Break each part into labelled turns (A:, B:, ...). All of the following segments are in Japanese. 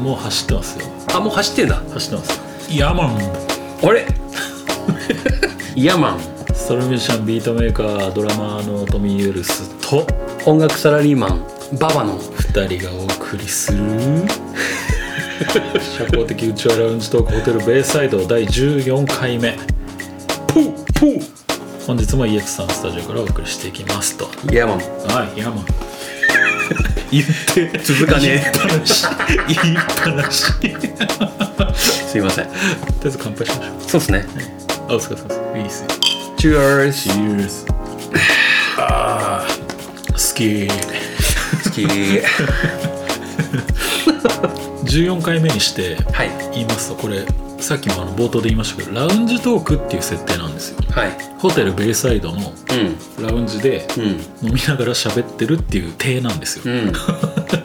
A: もう走ってますよ
B: あもう走ってんだ
A: 走ってます
C: イヤーマン
B: あれ イヤマン
A: ソロミュージシャンビートメーカードラマーのトミー・ウェルスと
B: 音楽サラリーマンババの
A: 2人がお送りする 社交的うちわラウンジトークホテルベイサイド第14回目
B: プープー
A: 本日も EX さんスタジオからお送りしていきますと
B: イヤマン
A: はいヤマン言って
B: 続かねえ
A: 言いっぱなし言いっぱなしとり
B: すいません
A: あえず乾杯しましょう
B: そうですね
A: あお疲れ様ですいいっすよ
B: チュース
C: ユー ス
A: 好き
B: 好きは
A: 14回目にして
B: い
A: 言いますとこれさっきもあの冒頭で言いましたけどラウンジトークっていう設定なんですよ
B: はい
A: ホテルベイサイドの
B: う
A: ラウンジで
B: んうん
A: 飲みながら喋ってるっていう体なんですよ、
B: うん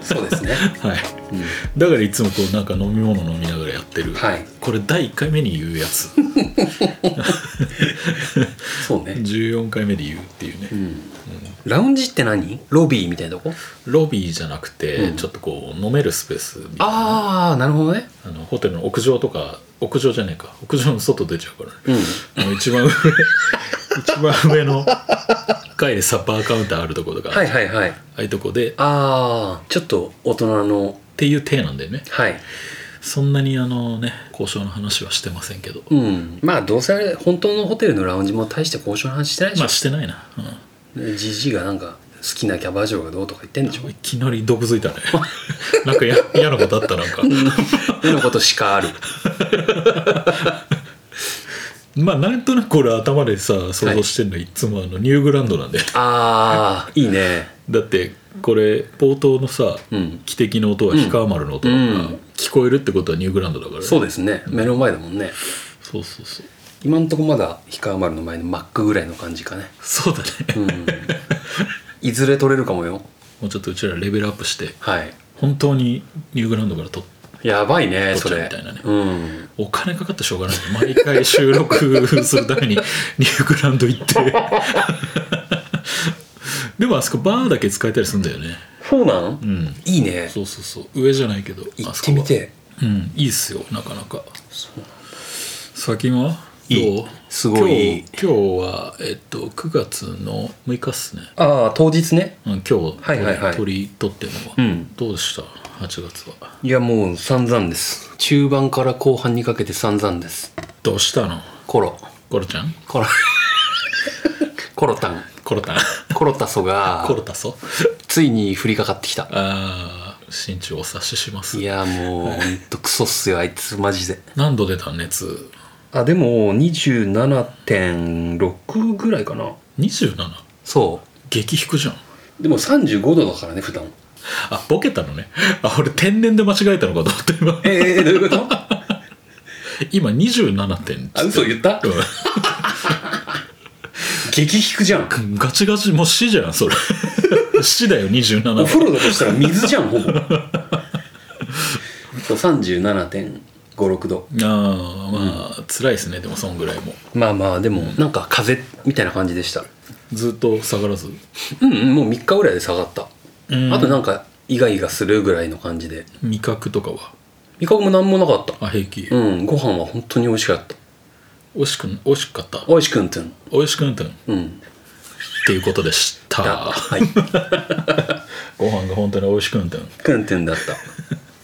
B: そうですね
A: はい
B: うん
A: だからいつもこうなんか飲み物飲みながらやってる、
B: はい
A: これ第1回目に言うや つ
B: そうね
A: 14回目で言うっていうね、
B: うんラウンジって何ロビーみたいなとこ
A: ロビーじゃなくて、
B: うん
A: ちょっとこう飲めるスペースみたいな
B: ああなるほどね
A: あのホテルの屋上とか屋上じゃねえか屋上の外出ちゃうからね、
B: うん
A: あの一 番上一番上の階でサッパーカウンターあるとことか、
B: はい
A: あ
B: はいはい
A: あいうとこでっ
B: ああちょっと大人の
A: ていう体なんだよね
B: はい
A: そんなにあのね交渉の話はしてませんけど、
B: うんまあどうせあれ本当のホテルのラウンジも大して交渉の話してないでし
A: まあ
B: ょ
A: してないな、うん
B: じじいがなんか好きなキャバ嬢がどうとか言ってんでしょ
A: いきなり毒づい たねなんかや嫌なことあったなんか
B: 目のことし かある
A: まあなんとなく俺頭でさ想像してるのいつもあのニューグランドなんで
B: ああいいね
A: だってこれ冒頭のさ
B: うん
A: 汽笛の音は氷川丸の音だから、
B: うん
A: 聞こえるってことはニューグランドだからね、
B: そうですね目の前だもんね
A: そうそうそう
B: 今んとこまだ氷川丸の前のマックぐらいの感じかね
A: そうだね、
B: うん いずれ取れるかもよ
A: もうちょっとうちらレベルアップして
B: はい
A: 本当にニューグランドからと
B: やばいねそ
A: 取
B: れ
A: っちゃうみたいなね
B: うん
A: お金かかってしょうがない毎回収録するためにニューグランド行って でもあそこバーだけ使えたりするんだよね
B: そうなん、
A: うん
B: いいね
A: そうそうそう上じゃないけど
B: 行ってみて
A: あそこはうんいいっすよなかなか先はい
B: いいすごいいい
A: 今日今日は、えっと、9月の6日っすね、
B: ああ当日ね
A: うん、今日、
B: はいはいはい
A: 鳥取ってるのは、
B: うん
A: どうでした8月はい
B: やもう散々です中盤から後半にかけて散々です
A: どうしたの
B: コロ
A: コロちゃん
B: コロコロタン
A: コロタン
B: コロタソが
A: コロタソ
B: ついに降りかかってきた
A: あー心中お察しします
B: いやもうほんとクソっすよあいつマジで
A: 何度出た熱
B: あでも27.6ぐらいかな
A: 27?
B: そ
A: 激低じゃん
B: うでも35度だからね普段
A: あボケたのねあ俺天然で間違えたのかと思って今
B: ええどういうこと
A: 今27点
B: あ嘘言った
A: う
B: 激低じゃん
A: んガチガチもう死じゃんそれ 死だよ
B: お
A: 27
B: 風呂だとしたら水じゃんほぼそう37.56度
A: あーまあ、辛いですねでもそんぐらいも
B: まあまあでもなんか風邪みたいな感じでした
A: ずっと下がらず
B: うんうんもう3日ぐらいで下がった、
A: うん
B: あとなんかイガイガするぐらいの感じで
A: 味覚とかは
B: 味覚もなんもなかった
A: あ平気、
B: うんご飯は本当に美味しかった
A: 美味しくん美味しかった
B: おいしくんってん
A: 美味しくんたんっ
B: うん
A: ていうことでした
B: だはい
A: ご飯が本当に美味しくんたん
B: くんてんだ った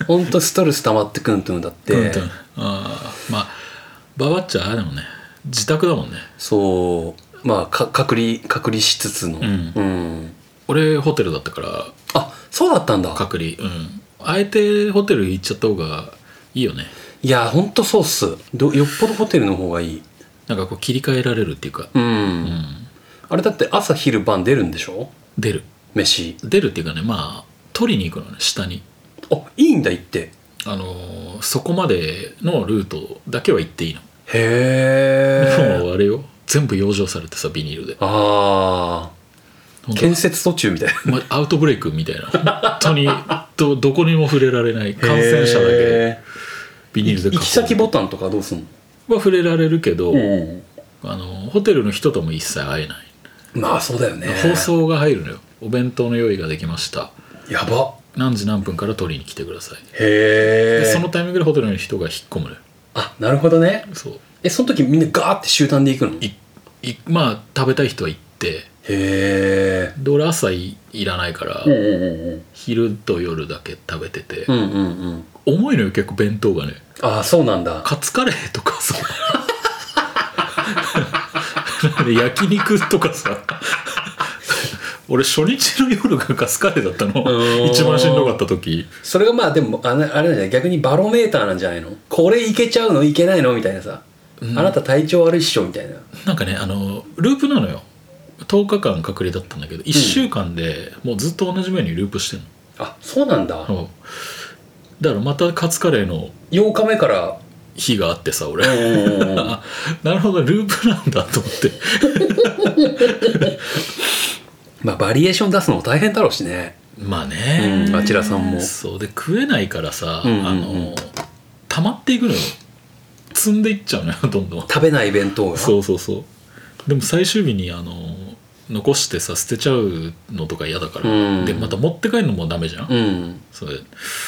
B: 本当ストレス溜まってくんてんだって、
A: うんうんあーまあババっちゃあれだもんね自宅だもんね
B: そうまあか隔離隔離しつつのうんん
A: 俺ホテルだったから
B: あそうだったんだ
A: 隔離うんあえてホテル行っちゃった方がいいよね
B: いやほんとそうっすどよっぽどホテルの方がいい
A: なんかこう切り替えられるっていうか
B: うん、
A: うん
B: あれだって朝昼晩出るんでしょ
A: 出る
B: 飯
A: 出るっていうかねまあ取りに行くのね下に
B: あいいんだ行って
A: あのーそこまでのルートだけは行っていいの、
B: へ
A: も
B: え
A: うあれよ全部養生されてさビニールで
B: ああ
A: 本当
B: 建設途中みたいな
A: まアウトブレイクみたいな本当にどどこにも触れられない感染者だけ
B: へ
A: ビニールで囲
B: ー
A: む
B: 行き先ボタンとかどうすんの
A: は触れられるけど、
B: うん
A: あのホテルの人とも一切会えない、
B: まあそうだよね
A: 放送が入るのよお弁当の用意ができました
B: やば
A: 何時何分から取りに来てください、
B: へ
A: で
B: え
A: そのタイミングでホテルの人が引っ込むのよ
B: あなるほどね
A: そう
B: えその時みんなガーって集団で行くのへ
A: いいまあ食べたい人は行って
B: え
A: で俺朝いいらないから、
B: うんうんうん
A: 昼と夜だけ食べてて、
B: うんうんうんうん
A: 重いのよ結構弁当がね
B: ああそうなんだ
A: カツカレーとかさ 焼肉とかさ 俺初日の夜がカツカレーだったの
B: ーん
A: 一番しんどかった時
B: それがまあでもあのあれなんだよ逆にバロメーターなんじゃないのこれいけちゃうのいけないのみたいなさ、あなた体調悪いっしょみたいな
A: なんかねあのループなのよ10日間隔離だったんだけど1週間でもうずっと同じメニューループしてん
B: あそうなんだ
A: の、だからまたカツカレーの
B: 8日目から
A: 日があってさ俺、
B: うんうんうんうん
A: あ なるほどループなんだと思って
B: まあバリエーション出すのも大変だろうしね
A: まあね、
B: うんあちらさんも
A: そうで食えないからさ、
B: うんうんうん
A: あの溜まっていくのよ積んでいっちゃうのよどんどん
B: 食べない弁当が
A: そうそうそうでも最終日にあの残してさ捨てちゃうのとか嫌だから、
B: うん
A: でまた持って帰るのもダメじゃん、
B: うん
A: それ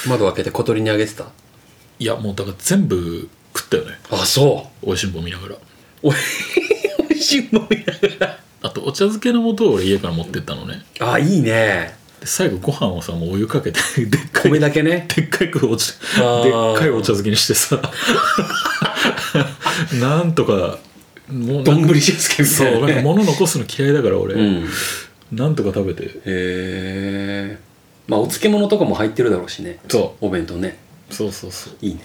B: 窓開けて小鳥にあげてた
A: いやもうだから全部食ったよね
B: あそ
A: おいしんぼ見ながら
B: うおいおいしいもんや
A: あとお茶漬けの素を俺家から持ってったのね
B: あいいね
A: で最後ご飯をさもうお湯かけて でっかい
B: 米だけね
A: でっかいお茶
B: あー
A: でっかいお茶漬けにしてさ なんとかもうなんか
B: 丼しつけみ
A: そ
B: た
A: う
B: いな
A: なんか
B: ね
A: 物残すの嫌いだから俺、
B: うんへ
A: なんとか食べて
B: えまあお漬物とかも入ってるだろうしね
A: そ
B: お弁当ね
A: うそうそうそう
B: いいね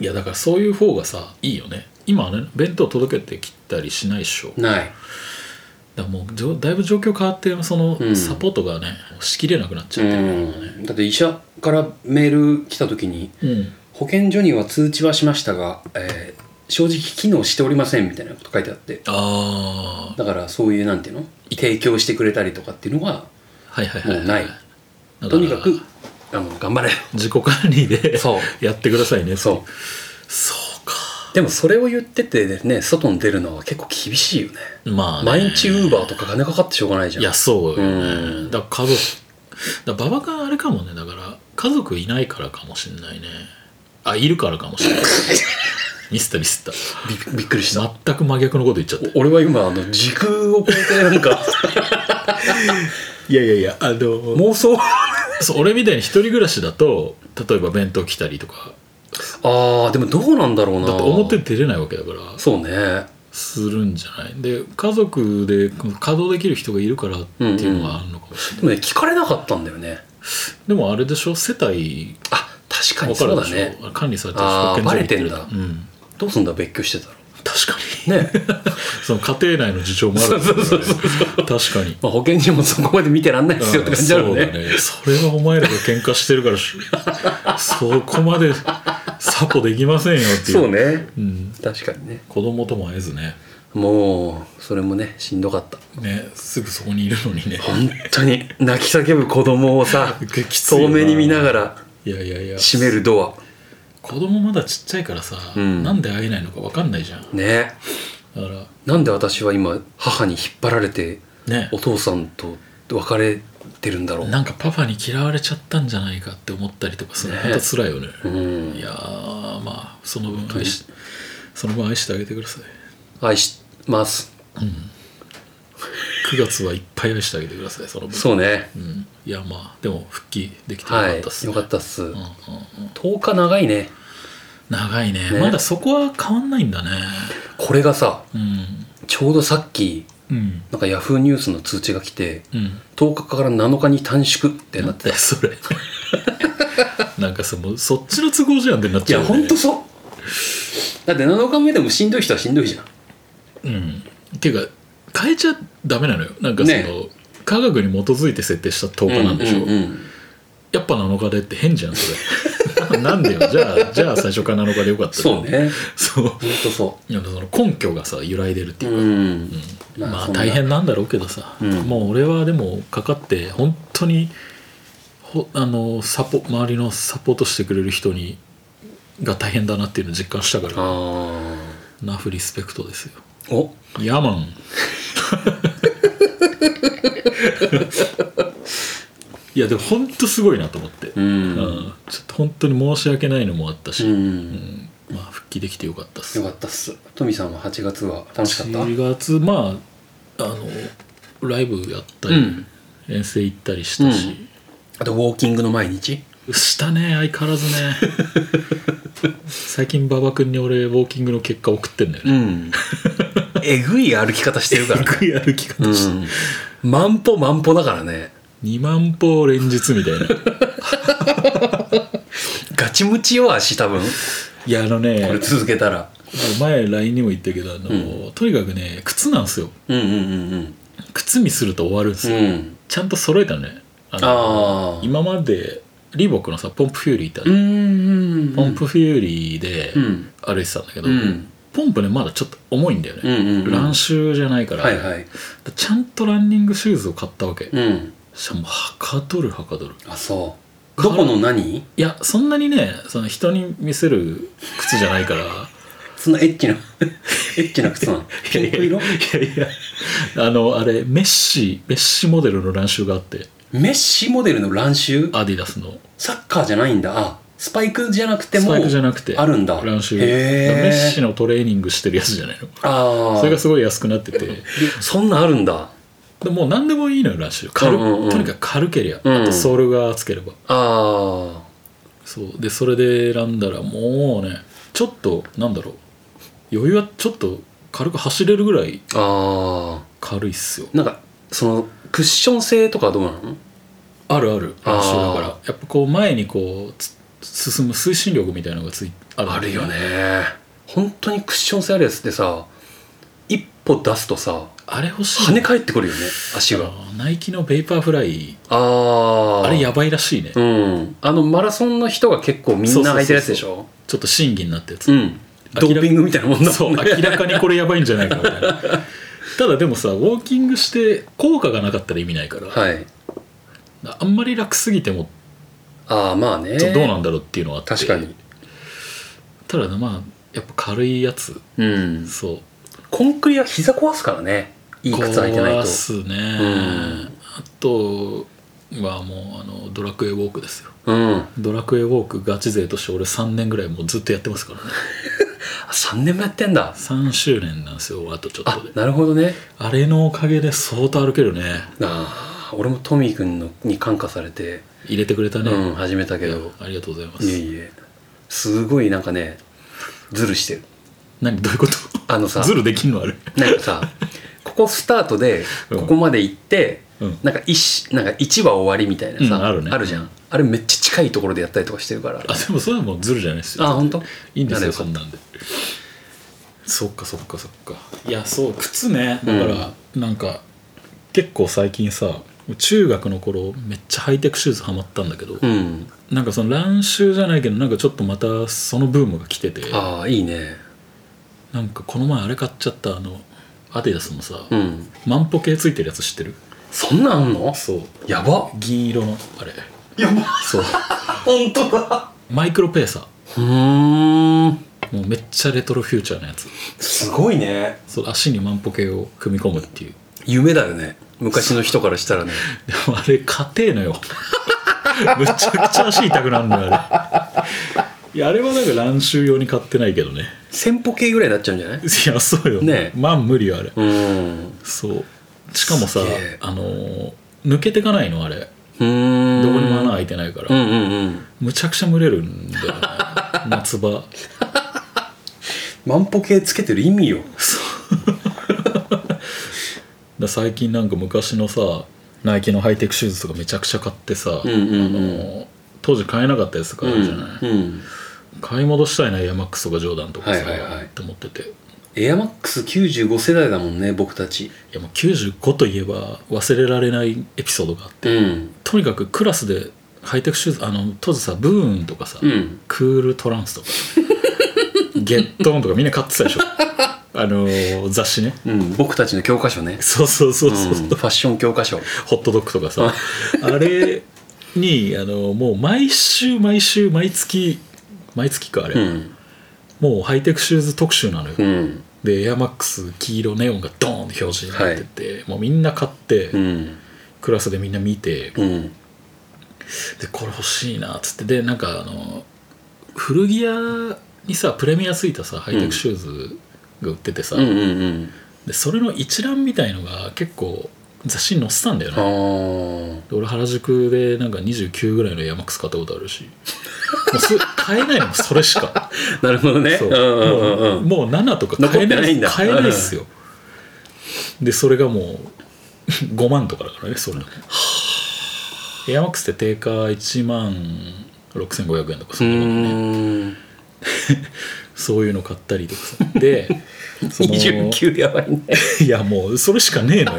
A: いやだからそういう方がさいいよね今はね弁当届けてきたりしないっしょ
B: ない
A: だからもうじょだいぶ状況変わってその
B: うん
A: サポートがね、しきれなくなっちゃってるからね
B: だって医者からメール来た時に
A: うん、
B: 保健所には通知はしましたが、えー正直機能しておりませんみたいなこと書いてあって
A: ああ
B: だからそういうなんていうの提供してくれたりとかっていうのが
A: はいはいは
B: も
A: い、
B: うない
A: だら
B: とにかくあの頑張れ
A: 自己管理で
B: そう
A: やってくださいねって
B: そ
A: そうか
B: うでもそれを言っててね外に出るのは結構厳しいよね
A: まあ、ね、
B: 毎日ウーバーとか金かかってしょうがないじゃん
A: いやそうよね、
B: うん
A: だから家族だから馬場君あれかもねだから家族いないからかもしんないねあいるからかもしんな いミスったミスっ
B: びびっくりした
A: た全く真逆のこと言っちゃった
B: お俺は今あの時空を超えてなん か
A: いやいやいやあの
B: 妄想
A: そう俺みたいに一人暮らしだと例えば弁当来たりとか
B: ああでもどうなんだろうな
A: だって表に出れないわけだから
B: そうね
A: するんじゃないで家族で稼働できる人がいるからっていうのがあるのかもしれない、
B: でもね聞かれなかったんだよね
A: でもあれでしょ世帯
B: あ確か
A: わ
B: に
A: か
B: そ
A: る
B: う
A: で
B: だ
A: しょ、
B: ね
A: 管理されて
B: あー
A: 保健所に行ってる
B: バレて
A: うん、
B: どうすんだ別居してたら
A: 確かに
B: ね
A: その家庭内の事情もあるんだ
B: そうそうそう
A: 確かに
B: まあ保健所もそこまで見てらんないですよって感じだろう
A: うんそう
B: ね
A: だねそれはお前らが喧嘩してるからしそこまでサポできませんよっていう
B: そうね
A: うん、
B: 確かにね
A: 子供とも会えずね
B: もうそれもねしんどかった
A: ねすぐそこにいるのにね
B: 本当 に泣き叫ぶ子供をさ
A: きついな
B: 遠目に見ながら
A: いやいやいや
B: 閉めるド
A: 子供まだちっちゃいからさ、
B: うん
A: なんで会えないのか分かんないじゃんだ
B: アね
A: から
B: なんで私は今母に引っ張られて
A: ね
B: お父さんと別れてるんだろう
A: なんかパパに嫌われちゃったんじゃないかって思ったりとかするの
B: ね
A: また辛いよね
B: うん
A: いやーまあその分愛しその分愛してあげてください
B: 愛します
A: 9月はいっぱい愛してあげてくださいその分
B: そうね
A: うん、いやまあでも復帰できてよ
B: は
A: かっ
B: い
A: たっすね、
B: よかったっす
A: うんうんうん
B: 10日長いね
A: 長いね
B: ね
A: まだそこは変わんないんだね
B: これがさ
A: うん
B: ちょうどさっき
A: うん
B: なんかヤフーニュースの通知が来て
A: うん
B: 10日から7日に短縮ってなってた
A: でそれ なんかさもうそっちの都合じゃんってなっ
B: い
A: ちゃう
B: や
A: よ、ね、
B: ほんとそうだって7日目でもしんどい人はしんどいじゃん
A: うんっていうか変えちゃダメなのよなんかその、
B: ね
A: 科学に基づいて設定した10日なんでしょ、
B: うんうんうん
A: やっぱ7日でって変じゃんそれ なんでよじゃあじゃあ最初から7日でよかった
B: そうね
A: そう
B: ほんとそ
A: いやその根拠がさ揺らいでるって
B: う
A: いううか、
B: ん
A: まあ、
B: そんな
A: 大変なんだろうけどさ、
B: うん
A: もう俺はでもかかって本当にほあのサポ周りのサポートしてくれる人にが大変だなっていうのを実感したから
B: あ
A: ナフリスペクトですよ
B: お
A: ヤマンいやでも本当すごいなと思って、
B: う
A: うん
B: ん
A: ちょっと本当に申し訳ないのもあったし、
B: う
A: うんんまあ復帰できてよかったっす
B: よかったっすトミさんは8月は楽しかった
A: 4月まああのライブやったり、
B: うん
A: 遠征行ったりしたし、
B: あとウォーキングの毎日
A: したね相変わらずね 最近馬場君に俺ウォーキングの結果送ってんだよね、
B: ん えぐい歩き方してるから
A: ぐい歩き
B: う
A: 方して、
B: ん万歩万歩だからね
A: 2万歩連日みたいな
B: ガチムチよ足多分
A: いやあの
B: これ
A: ね
B: 続けたら
A: 前 LINE にも言ったけどあの、とにかくね靴なんですよ
B: うんうんうんうん
A: 靴にすると終わるんですよ、
B: うん
A: ちゃんと揃えたのねあの
B: ああ
A: 今までリーボックのさポンプフューリーってあ
B: う
A: る
B: ん
A: ポンプフューリーで
B: うん
A: 歩いてたんだけど、
B: うん
A: ポンプねまだちょっと重いんだよね、
B: うんうんうん
A: 乱臭じゃないから、
B: はいはい
A: ちゃんとランニングシューズを買ったわけ、
B: うん
A: しかもはかどるはかどる
B: あそうどこの何
A: いやそんなにねその人に見せる靴じゃない から
B: そんなエッチな エッチな靴なのピンク色
A: いやいやあのあれメッシメッシモデルの乱臭があって
B: メッシモデルの乱臭
A: アディダスの
B: サッカーじゃないんだあスパイクじゃなくても
A: スパイクじゃなくて
B: あるんだ
A: 乱臭
B: へ
A: メッシ
B: え
A: のトレーニングしてるやつじゃないの
B: ああ
A: それがすごい安くなってて
B: そんなんあるんだ
A: でもう何でもいいのよ乱臭軽、
B: うんうんうん
A: とにかく軽けりゃ、
B: うん
A: あとソールがつければ
B: ああ
A: そうでそれで選んだらもうねちょっとなんだろう余裕はちょっと軽く走れるぐらい
B: あ
A: 軽いっすよ
B: あなんかそのクッション性とかどうなの
A: あるある
B: あー
A: 練習だからやっぱこう前にこうつ進む推進力みたいなのがついあるんだ
B: あるよね本当にクッション性あるやつってさ一歩出すとさ
A: あれ欲しい
B: 跳ね返ってくるよね足が
A: あーナイキのベイパーフライ
B: ああ
A: あれやばいらしいね
B: うんあのマラソンの人が結構みんな履いてるやつでしょ
A: ちょっと審議になったやつ、
B: うんドーピングみたいなもんだ
A: そ
B: も
A: うん
B: ね
A: 明らかにこれやばいんじゃないかみたい なただでもさウォーキングして効果がなかったら意味ないから、
B: はい
A: あんまり楽すぎても
B: ああまあね
A: ちょっとどうなんだろうっていうのはあって
B: 確かに
A: ただねまあやっぱ軽いやつ
B: うん
A: そう
B: コンクリは膝壊すからねいい靴履いてないと
A: 壊すね、
B: ん
A: あとはもうあのドラクエウォークですよ
B: うん
A: ドラクエウォークガチ勢として俺3年ぐらいもうずっとやってますからね
B: 3年もやってんだ
A: 3周年なんですよあとちょっ
B: あ
A: とで
B: なるほどね
A: あれのおかげで相当歩けるね
B: ああ俺もトミーくんのに感化されて、
A: 入れてくれたね、
B: うん始めたけど
A: ありがとうございます
B: いえいえすごいなんかねズルしてる
A: 何どういうこと
B: あのさ
A: ズルできんのあれ
B: なんかさここスタートで
A: うん
B: ここまで行って、
A: うん
B: なんか一なんか一話終わりみたいなさ、
A: うんあるね
B: じゃんあれめっちゃ近いところでやったりとかしてるから
A: あでもそれはもうズルじゃないですよ
B: あ本当
A: いいんですよ
B: な
A: そ
B: る
A: んなんでそっかそっかそっかいやそう靴ねだから、なんか結構最近さ中学の頃めっちゃハイテクシューズハマったんだけど、
B: うん
A: なんかその乱臭じゃないけどなんかちょっとまたそのブームが来てて
B: ああいいね
A: なんかこの前あれ買っちゃったあのアディダスのさ、
B: うん
A: 万歩計ついてるやつ知ってる
B: そんなんあんの
A: そう
B: やば
A: 銀色のあれ
B: やば
A: そう
B: 本当だ
A: マイクロペーサ
B: うーん
A: ーもうめっちゃレトロフューチャーのやつ
B: すごいね
A: そう足に万歩計を組み込むっていう
B: 夢だよね昔の人からしたらね
A: でもあれ硬えのよ むちゃくちゃ足痛くなるのよあれいやあれはなんか乱臭用に買ってないけどね
B: 千歩計ぐらいになっちゃうんじゃない
A: いやそうよ
B: ねえ
A: まあ無理よあれ
B: うん
A: そうしかもさ
B: すげえ
A: あのー抜けてかないのあれ
B: うーん
A: どこにも穴開いてないから、
B: うんうんうん
A: むちゃくちゃ蒸れるんだよ ね夏場
B: 万歩計つけてる意味よ
A: だ最近なんか昔のさナイキのハイテクシューズとかめちゃくちゃ買ってさ、
B: うんうんう
A: あの
B: ん
A: ー当時買えなかったやつとかあるじゃない、
B: うん
A: 買い戻したいなエアマックスとかジョーダンとかさ、
B: はいはいはい
A: って思ってて
B: エアマックス95世代だもんね僕たち
A: いやもう95といえば忘れられないエピソードがあって
B: うん
A: とにかくクラスでハイテクシューズあの当時さブーンとかさ、
B: うん
A: クールトランスと かゲットオンとかみんな買ってたでしょあのー雑誌ね
B: うん僕たちの教科書ね、
A: そうそうそう
B: うん、
A: そう、
B: ファッション教科書
A: ホットドッグとか さあれにあのもう毎週毎週毎月毎月かあれ、
B: うん
A: もうハイテクシューズ特集なのよ、
B: うん
A: でエアマックス黄色ネオンがドーンって表示になってて、もうみんな買って、
B: うん
A: クラスでみんな見て、
B: うん
A: でこれ欲しいなっつってでなんかあの古着屋にさプレミアついたさハイテクシューズが売っててさ、
B: うんうんうん
A: でそれの一覧みたいのが結構雑誌に載ってたんだよ
B: あ
A: ね
B: ー
A: で俺原宿でなんか29ぐらいのエアマックス買ったことあるしもうそれ買えないのもそれしか
B: なるほどね
A: そう
B: うんうんうん
A: もうも
B: うん
A: う7とか買え
B: 残
A: な
B: ってないいんだ
A: 買えないっすよ、でそれがもう 5万とかだからねそれエアマックスって定価1万6500円とか
B: う
A: そ,、
B: ーん
A: そういうの買ったりとかさ でその
B: 29やばいね
A: いやもうそれしかねえ のよ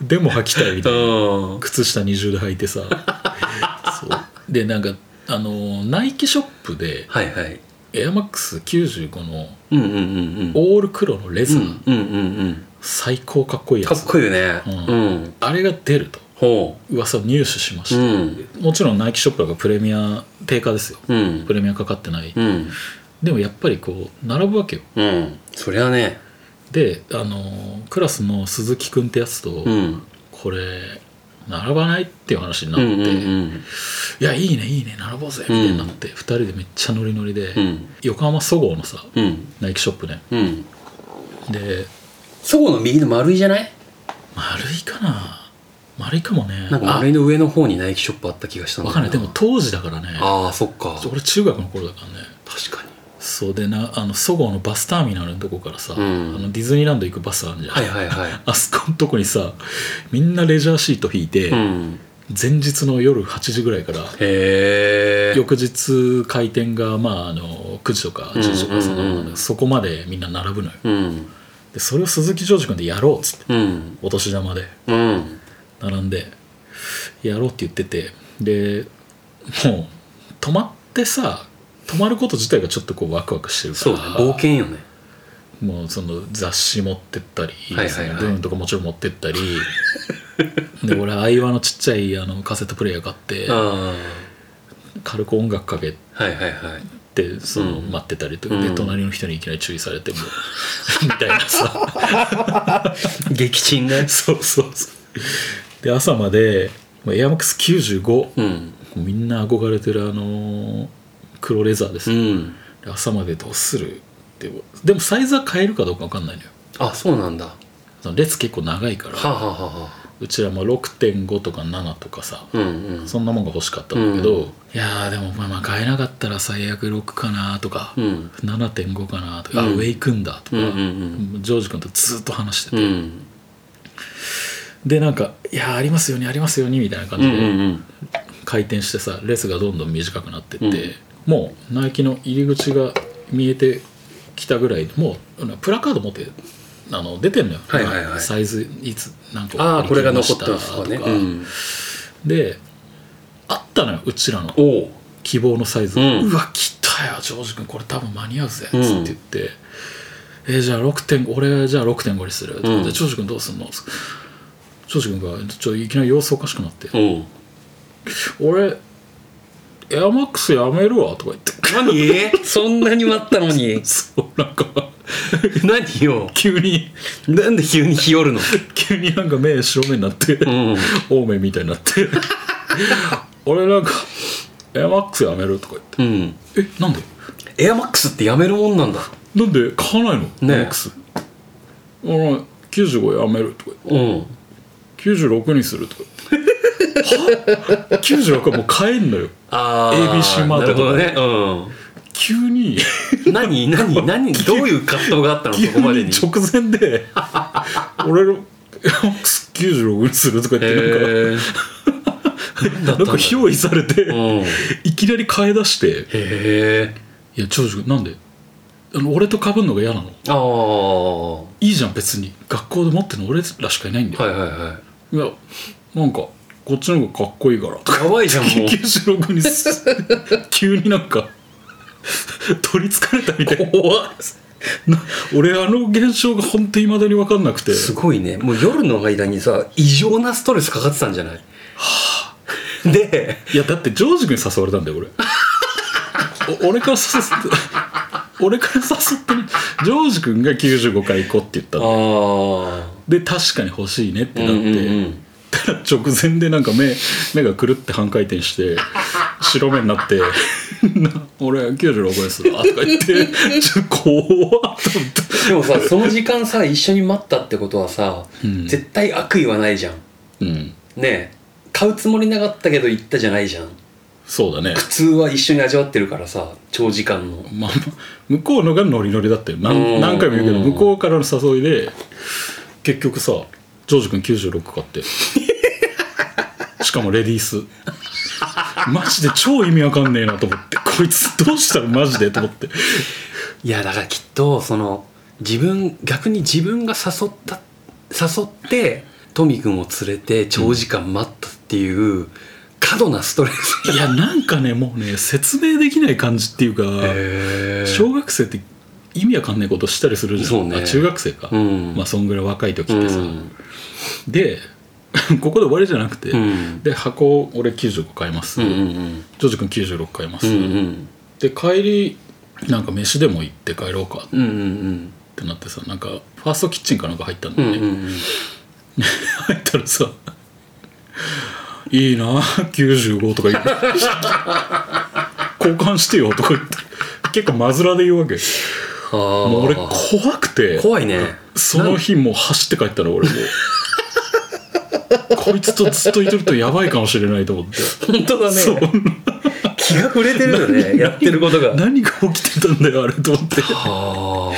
A: でも履きたいみたいな
B: うん
A: 靴下二重で履いてさそうでなんかあのナイキショップで
B: はいはい
A: エアマックス95の
B: うんうんうんうん
A: オール黒のレザー、
B: うんうんうんうん
A: 最高かっこいいや
B: か
A: つ
B: っこいいよね
A: う
B: うんん
A: あれが出ると
B: ほ
A: 噂を入手しまし
B: うう
A: た、
B: ん
A: もちろんナイキショップだからプレミア定価ですよ
B: うん
A: プレミアかかってない、
B: うん
A: でもやっぱりこう並ぶわけよ
B: うんそりゃね
A: であのークラスの鈴木君ってやつと、
B: うん
A: これ並ばないっていう話にな
B: う
A: っ
B: ん
A: て、
B: うんう
A: い
B: ん
A: やいいねいいね並ぼうぜみたいになって、二人でめっちゃノリノリで、
B: うん
A: 横浜そごうのさ
B: うん
A: ナイキショップね
B: うん
A: で
B: そこの右の丸いじゃない
A: 丸いかな丸いかもね
B: なんか
A: あ
B: 丸いの上の方にナイキショップあった気がしたん
A: わ
B: だよ
A: かんないでも当時だからね
B: ああそっか
A: 俺中学の頃だからね
B: 確かに
A: そうでなあのそごうのバスターミナルのとこからさ、
B: うん
A: あのディズニーランド行くバスあるじゃん、
B: はいはいはい
A: あそこのとこにさみんなレジャーシート引いて、
B: うん
A: 前日の夜8時ぐらいから
B: へえ
A: 翌日開店がまああの9時とか10時とかそ,、
B: うんうんうん
A: そこまでみんな並ぶのよ
B: うん
A: でそれを鈴木ジョージ君でやろうっつって
B: うん
A: お年玉で
B: うん
A: 並んでやろうって言っててでもう泊まってさ泊まること自体がちょっとこうワクワクしてるか
B: そう
A: ら
B: だね冒険よね
A: もうその雑誌持ってったり、
B: はいはいはい
A: その文とかもちろん持ってったりで俺相葉のちっちゃいあのカセットプレイヤー買って
B: あ
A: 軽く音楽かけ
B: あはいはいはい
A: てその、
B: うん
A: 待ってたりと
B: う
A: で
B: ん
A: 隣の人にいきなり注意されても みたいなさ
B: 撃沈ね
A: そうそうそうで朝までもうエアマックス95
B: うん
A: みんな憧れてるあの黒レザーです、
B: うん
A: で朝までどうするでもでもサイズは変えるかどうか分かんないのよ
B: あそうなんだは
A: その列結構長いか
B: あ
A: ら
B: はあはあはあ
A: うちらも6.5とか7とかさ
B: うんうん
A: そんなもんが欲しかったんだけど、
B: うん
A: いやーでもまあまあ買えなかったら最悪6かなとか、
B: うん
A: 7.5かなとか、あ
B: うん
A: 上行くんだとか、
B: うんうん
A: ジョージ君とずっと話してて、
B: うん
A: でなんか「いやーありますようにありますように」みたいな感
B: うんう
A: じ
B: んう
A: で
B: ん
A: 回転してさレースがどんどん短くなってって、
B: うん
A: もうナイキの入り口が見えてきたぐらいもうプラカード持ってあの出てんのよ、
B: はいはいはい
A: サイズいつ何個
B: ああこれが残った
A: 売り
B: ん
A: 切
B: すかね
A: りましたとか
B: うん
A: であったのようちらの
B: おう
A: 希望のサイズ、う
B: うん
A: わ来たよジョージ君これ多分間に合うぜっつって
B: うん
A: 言って、えーじゃあ6.5俺じゃあ6.5にする、
B: うん
A: でジョージ君どうすんのジョージ君がちょいきなり様子おかしくなって
B: おう
A: 「俺エアマックスやめるわ」とか言って
B: 何 そんなに待ったのに
A: そうなんか
B: 何よ
A: 急に
B: なんで急に日和るの
A: 急になんか目白目になって、
B: うん
A: 青梅みたいになって俺なんか「エアマックスやめる」とか言って
B: うん
A: 「えなんで
B: エアマックスってやめるもんなんだ
A: なんで買わないの、
B: ね
A: マックス俺95やめるとか
B: うん
A: 96にするとかは96はもう買えんのよ
B: ああ
A: ABC マートとか
B: なるほどね
A: 急に
B: うん何 何何どういう葛藤があったの
A: 急
B: そこまでに
A: に直前で俺のエアマックス96にするとか言ってなんか、
B: へえ何だ
A: なんん
B: った
A: か
B: だろ
A: 憑依されて、
B: ううんへ
A: いきなり買い出して
B: え
A: 「いや長寿なんであの俺と被るのが嫌なの
B: ああはい
A: いじゃん別に学校で持ってるの俺らしかいないんだ
B: いは
A: よ、、
B: いはい
A: やなんかこっちの方がかっこいいから」とか
B: いやばい じゃんもう
A: 96に す急になんか取りつかれたみたい
B: 怖っ
A: な俺あの現象が本当にいまだに分かんなくて
B: すごいねもう夜の間にさ異常なストレスかかってたんじゃないで
A: いやだってジョージ君に誘われたんだよ俺お俺から誘って俺から誘ってねジョージ君が95回行こうって言ったの
B: あ
A: で確かに欲しいねって
B: うん
A: なって、
B: うんうん
A: ただ 直前でなんか目目がくるって半回転して白目になって 「俺96回ですわ」とか言って「ちょっと怖っ」と思って
B: でもさその時間さ一緒に待ったってことはさ、
A: うん
B: 絶対悪意はないじゃん
A: うん
B: ねえ買うつもりなかったけど行ったじゃないじゃん
A: そうだね
B: 普通は一緒に味わってるからさ長時間の
A: まあ、向こうのがノリノリだったよ
B: う
A: 何
B: ん
A: 何回も言うけど
B: うん
A: 向こうからの誘いで結局さジョージ君96買ってしかもレディースマジで超意味わかんねえなと思ってこいつどうしたらマジでと思って
B: いやだからきっとその自分逆に自分が誘った誘ってトミ君を連れて長時間待ったっていう、過度なストレス
A: いやなんかねもうね説明できない感じっていうか、
B: へ
A: 小学生って意味わかんないことしたりするじゃん
B: そうね
A: あ中学生か、
B: うん
A: まあそんぐらい若い時ってさ、
B: うん
A: で ここで終わりじゃなくて、
B: うん
A: で箱を俺95買います、
B: うんうん
A: ジョージ君96買います、
B: うんうん
A: で帰りなんか飯でも行って帰ろうか
B: うんうん
A: ってなってさなんかファーストキッチンかなんか入ったん
B: う
A: だよ
B: ん
A: ね、
B: うんうん
A: 入ったらさ「いいな95」とか言って「交換してよ」とか言って結構真面で言うわけ
B: ああ
A: もう俺怖くて
B: 怖いね
A: その日もう走って帰ったの俺も うこいつとずっといてるとやばいかもしれないと思って
B: 本当だね
A: そう
B: 気が触れてるよねやってることが
A: 何が起きてたんだよあれと思って
B: は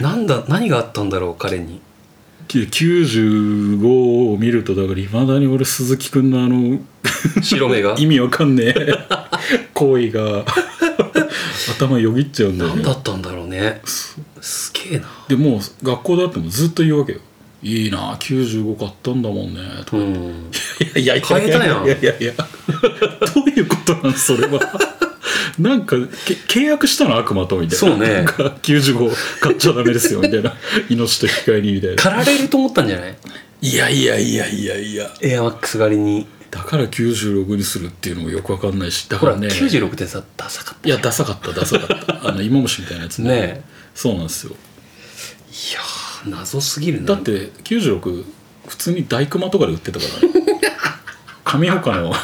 B: あなんだ何があったんだろう彼に
A: 95を見るとだからいまだに俺鈴木くんのあの
B: 白目が
A: 意味わかん ねえ行為が頭よぎっちゃうんだよ
B: 何
A: ね
B: だったんだろうねすげえな
A: でもう学校であってもずっと言うわけよ「いいな95買ったんだもんね」とか
B: うん
A: いやいやいやい
B: 変えたやん
A: いやいやいやどういうことなんそれ はなんかけ契約したの悪魔とみたいな
B: そうね
A: なんか95買っちゃダメですよみたいな命と引き換えにみたいな
B: 駆られると思ったんじゃない
A: いやいやいやいやいや
B: エアマックス狩りに
A: だから96にするっていうのもよくわかんないしだ
B: ほ
A: から
B: ら、
A: ね
B: 96点さダサかった
A: いやダサかったダサかったあの芋虫みたいなやつね
B: ね
A: そうなんですよ
B: えいやー謎すぎるな
A: だって96普通に大熊とかで売ってたからね 上岡の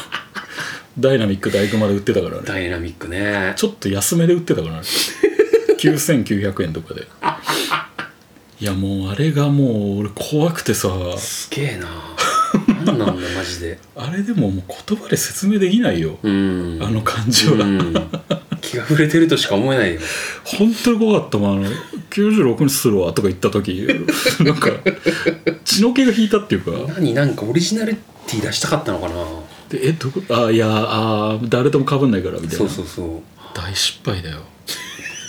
A: ダイナミック大熊で売ってたからね
B: ダイナミックね
A: ちょっと安めで売ってたからね9900円とかでいやもうあれがもう俺怖くてさ
B: すげえな何なんだマジで
A: あれでももう言葉で説明できないよ、
B: うん
A: あの感じは、
B: うん気が触れてるとしか思えないよ
A: 本当に怖かったもんあの96にするわとか言った時なんか血の気が引いたっていうか
B: 何なんかオリジナリティ出したかったのかな
A: でえどこあいやあー誰ともかぶんないからみたいな
B: そうそうそう
A: 大失敗だよ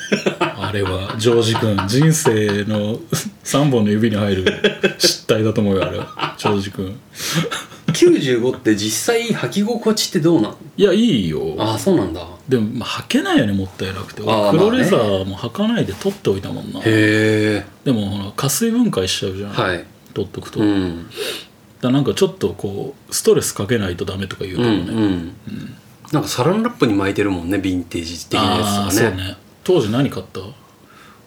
A: あれはジョージ君人生の 3本の指に入る失態だと思うよあれはジョージ君
B: 95って実際履き心地ってどうなの
A: いやいいよ
B: ああそうなんだ
A: でも、まあ、履けないよねもったいなくて俺
B: あーまあね
A: 黒レザーも履かないで取っておいたもんな、
B: へえ
A: でもほら加水分解しちゃうじゃん、
B: はい
A: 取っとくと、
B: う
A: だか
B: ん
A: らなんかちょっとこうストレスかけないとダメとか言う
B: う
A: と
B: ん
A: か
B: う
A: ね、
B: んなんかサランラップに巻いてるもんねヴィンテージ的な
A: あ
B: や
A: あ
B: つ
A: そ
B: と
A: う
B: かね
A: ね当時何買った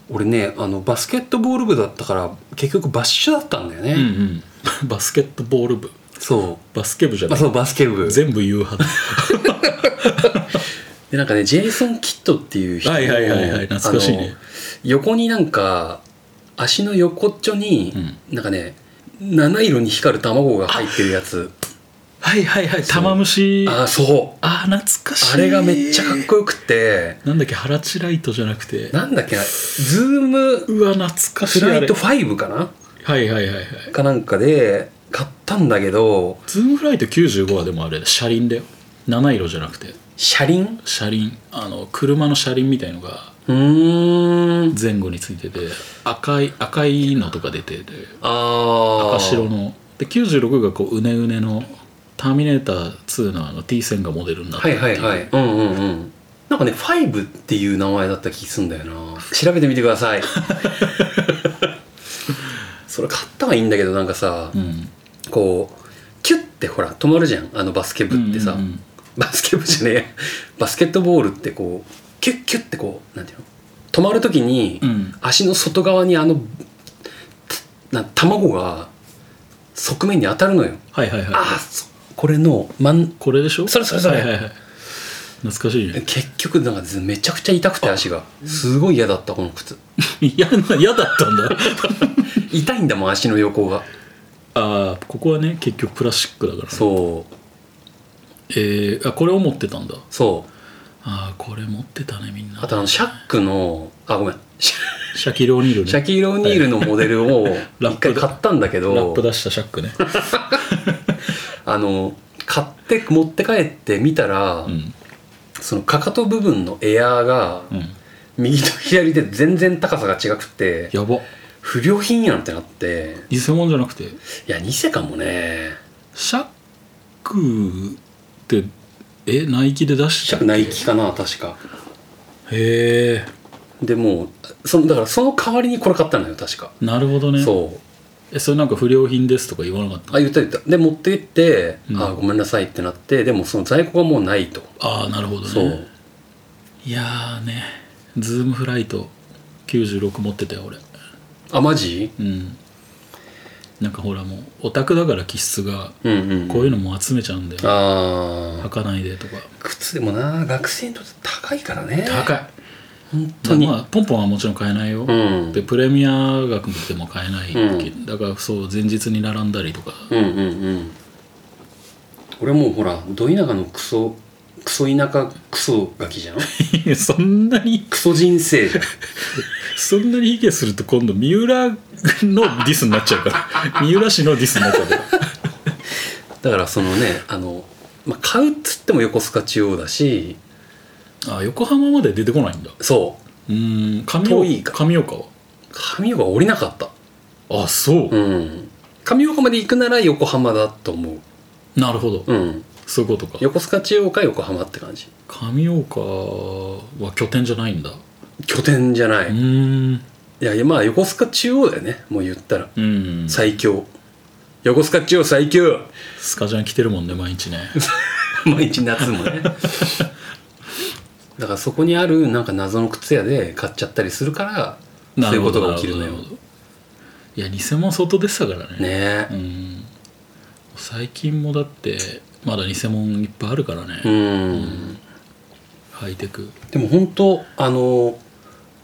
B: 俺ねあのバスケットボール部だったから結局バッシュだったんだよね、
A: うんうんバスケットボール部
B: そ
A: バスケ部じゃ
B: うあ
A: ない
B: そうバスケ部
A: 全部言う派だ
B: でなんかねジェイソン・キッドっていう人の
A: はいはいはいはい懐かしいね
B: あの横になんか足の横っちょに、なんかね七色に光る卵が入ってるやつ
A: はいはいはい玉虫
B: ああそう
A: あー懐かしい
B: あれがめっちゃかっこよくて
A: なんだっけハラチライトじゃなくて
B: なんだっけなズーム
A: うわ懐かし
B: フ
A: いあ
B: ラ
A: れ
B: イト5かな
A: はいはいはいはい
B: かなんかで買ったんだけど
A: ズームフライト95はでもあれ車輪だよ七色じゃなくて
B: 車輪
A: 車輪あの車の車輪みたいのが
B: うーん
A: 前後についてて赤い赤いのとか出てて
B: ああ
A: 赤白ので96がこううねうねの「ターミネーター2」のあの T 線がモデルになって
B: はい
A: る
B: はいはいうんうんうんなんかね5っていう名前だった気すんだよな調べてみてくださ いそれ買ったはいいんだけどなんかさ、
A: うん
B: こうキュッてほら止まるじゃんあのバスケ部ってさ、
A: うんうんうん
B: バスケ部じゃねえバスケットボールってこうキュッキュッてこうなんていうの止まる時に、
A: うん
B: 足の外側にあのたな卵が側面に当たるのよ
A: はいはいはい
B: ああそこれの真ん
A: これでしょ
B: それそれそれ
A: はいはいはい、懐かしいね
B: 結局なんかずめちゃくちゃ痛くて足がすごい嫌だったこの靴
A: 嫌な嫌だったんだ
B: 痛いんだもん足の横が
A: ああここはね結局プラスチックだから、ね、
B: そう
A: えー、あこれを持ってたんだ
B: そう
A: ああこれ持ってたねみんな
B: あとあのシャックのあごめんシ
A: シャキロニール
B: ャ
A: ね
B: キーロ・オニールのモデルを
A: ラップ
B: 一回買ったんだけ
A: ラッ
B: ど
A: プ出したシャックね、
B: あの買って持って帰ってみたら、
A: うん
B: そのかかと部分のエアーが
A: うん、
B: 右と左で全然高さが違くて
A: やば
B: 不良品やんってなって
A: 偽物じゃなくて
B: いや偽かもね
A: シャックってえナイキで出したっけ
B: ナイキかな確か
A: へえ
B: でもうそのだからその代わりにこれ買ったのよ確か、
A: なるほどね
B: そう
A: えそれなんか不良品ですとか言わなかった
B: あ言った言ったで持って行って、
A: うん
B: あごめんなさいってなってでもその在庫がもうないと、
A: ああなるほどね
B: そう
A: いやーねズームフライト96持ってたよ俺
B: あマジ
A: うんなんかほらもうオタクだから気質が
B: うんうん
A: こういう
B: の
A: のも集めちゃうんだよ、
B: あ
A: 履
B: あ
A: かないでとか
B: 靴でもな学生にとって高いからね
A: 高
B: い
A: い
B: 本当に、
A: まあまあポンポンはもちろん買えないよ、
B: うん
A: でプレミア額でも買えない、
B: う
A: だからそう前日に並んだり とか
B: うんうんうん俺もうほらど田舎のクソクソ田舎クソガ キじゃん
A: いやそんなに
B: クソ人生じゃん
A: そんなに卑下すると今度三浦のディスになっちゃう から三浦市のディスになっちゃうから
B: だからそのねあの、まあ、買うっつっても横須賀中央だし
A: あ横浜まで出てこないんだ
B: そう
A: うーん
B: 遠い
A: 上
B: か
A: 岡上岡は
B: 神岡降りなかった
A: あそう、
B: うん神岡まで行くなら横浜だと思う
A: なるほど、
B: うん
A: そういうことか
B: 横須賀中央か横浜って感じ
A: 上岡は拠点じゃないんだう
B: 拠点じゃない、
A: ー
B: い
A: ん
B: やいやまあ横須賀中央だよねもう言ったら
A: うん
B: 最強横須賀中央最強
A: スカジャン着てるもんね毎日ね
B: 毎日夏もねだからそこにあるなんか謎の靴屋で買っちゃったりするからそういうことが起きるの
A: な
B: よ
A: ほどなほどいや偽物相当出てたからね
B: ね
A: う
B: え
A: ん最近もだってまだ偽物いっぱいあるからね、
B: うん、
A: ハイテク
B: でも本当あの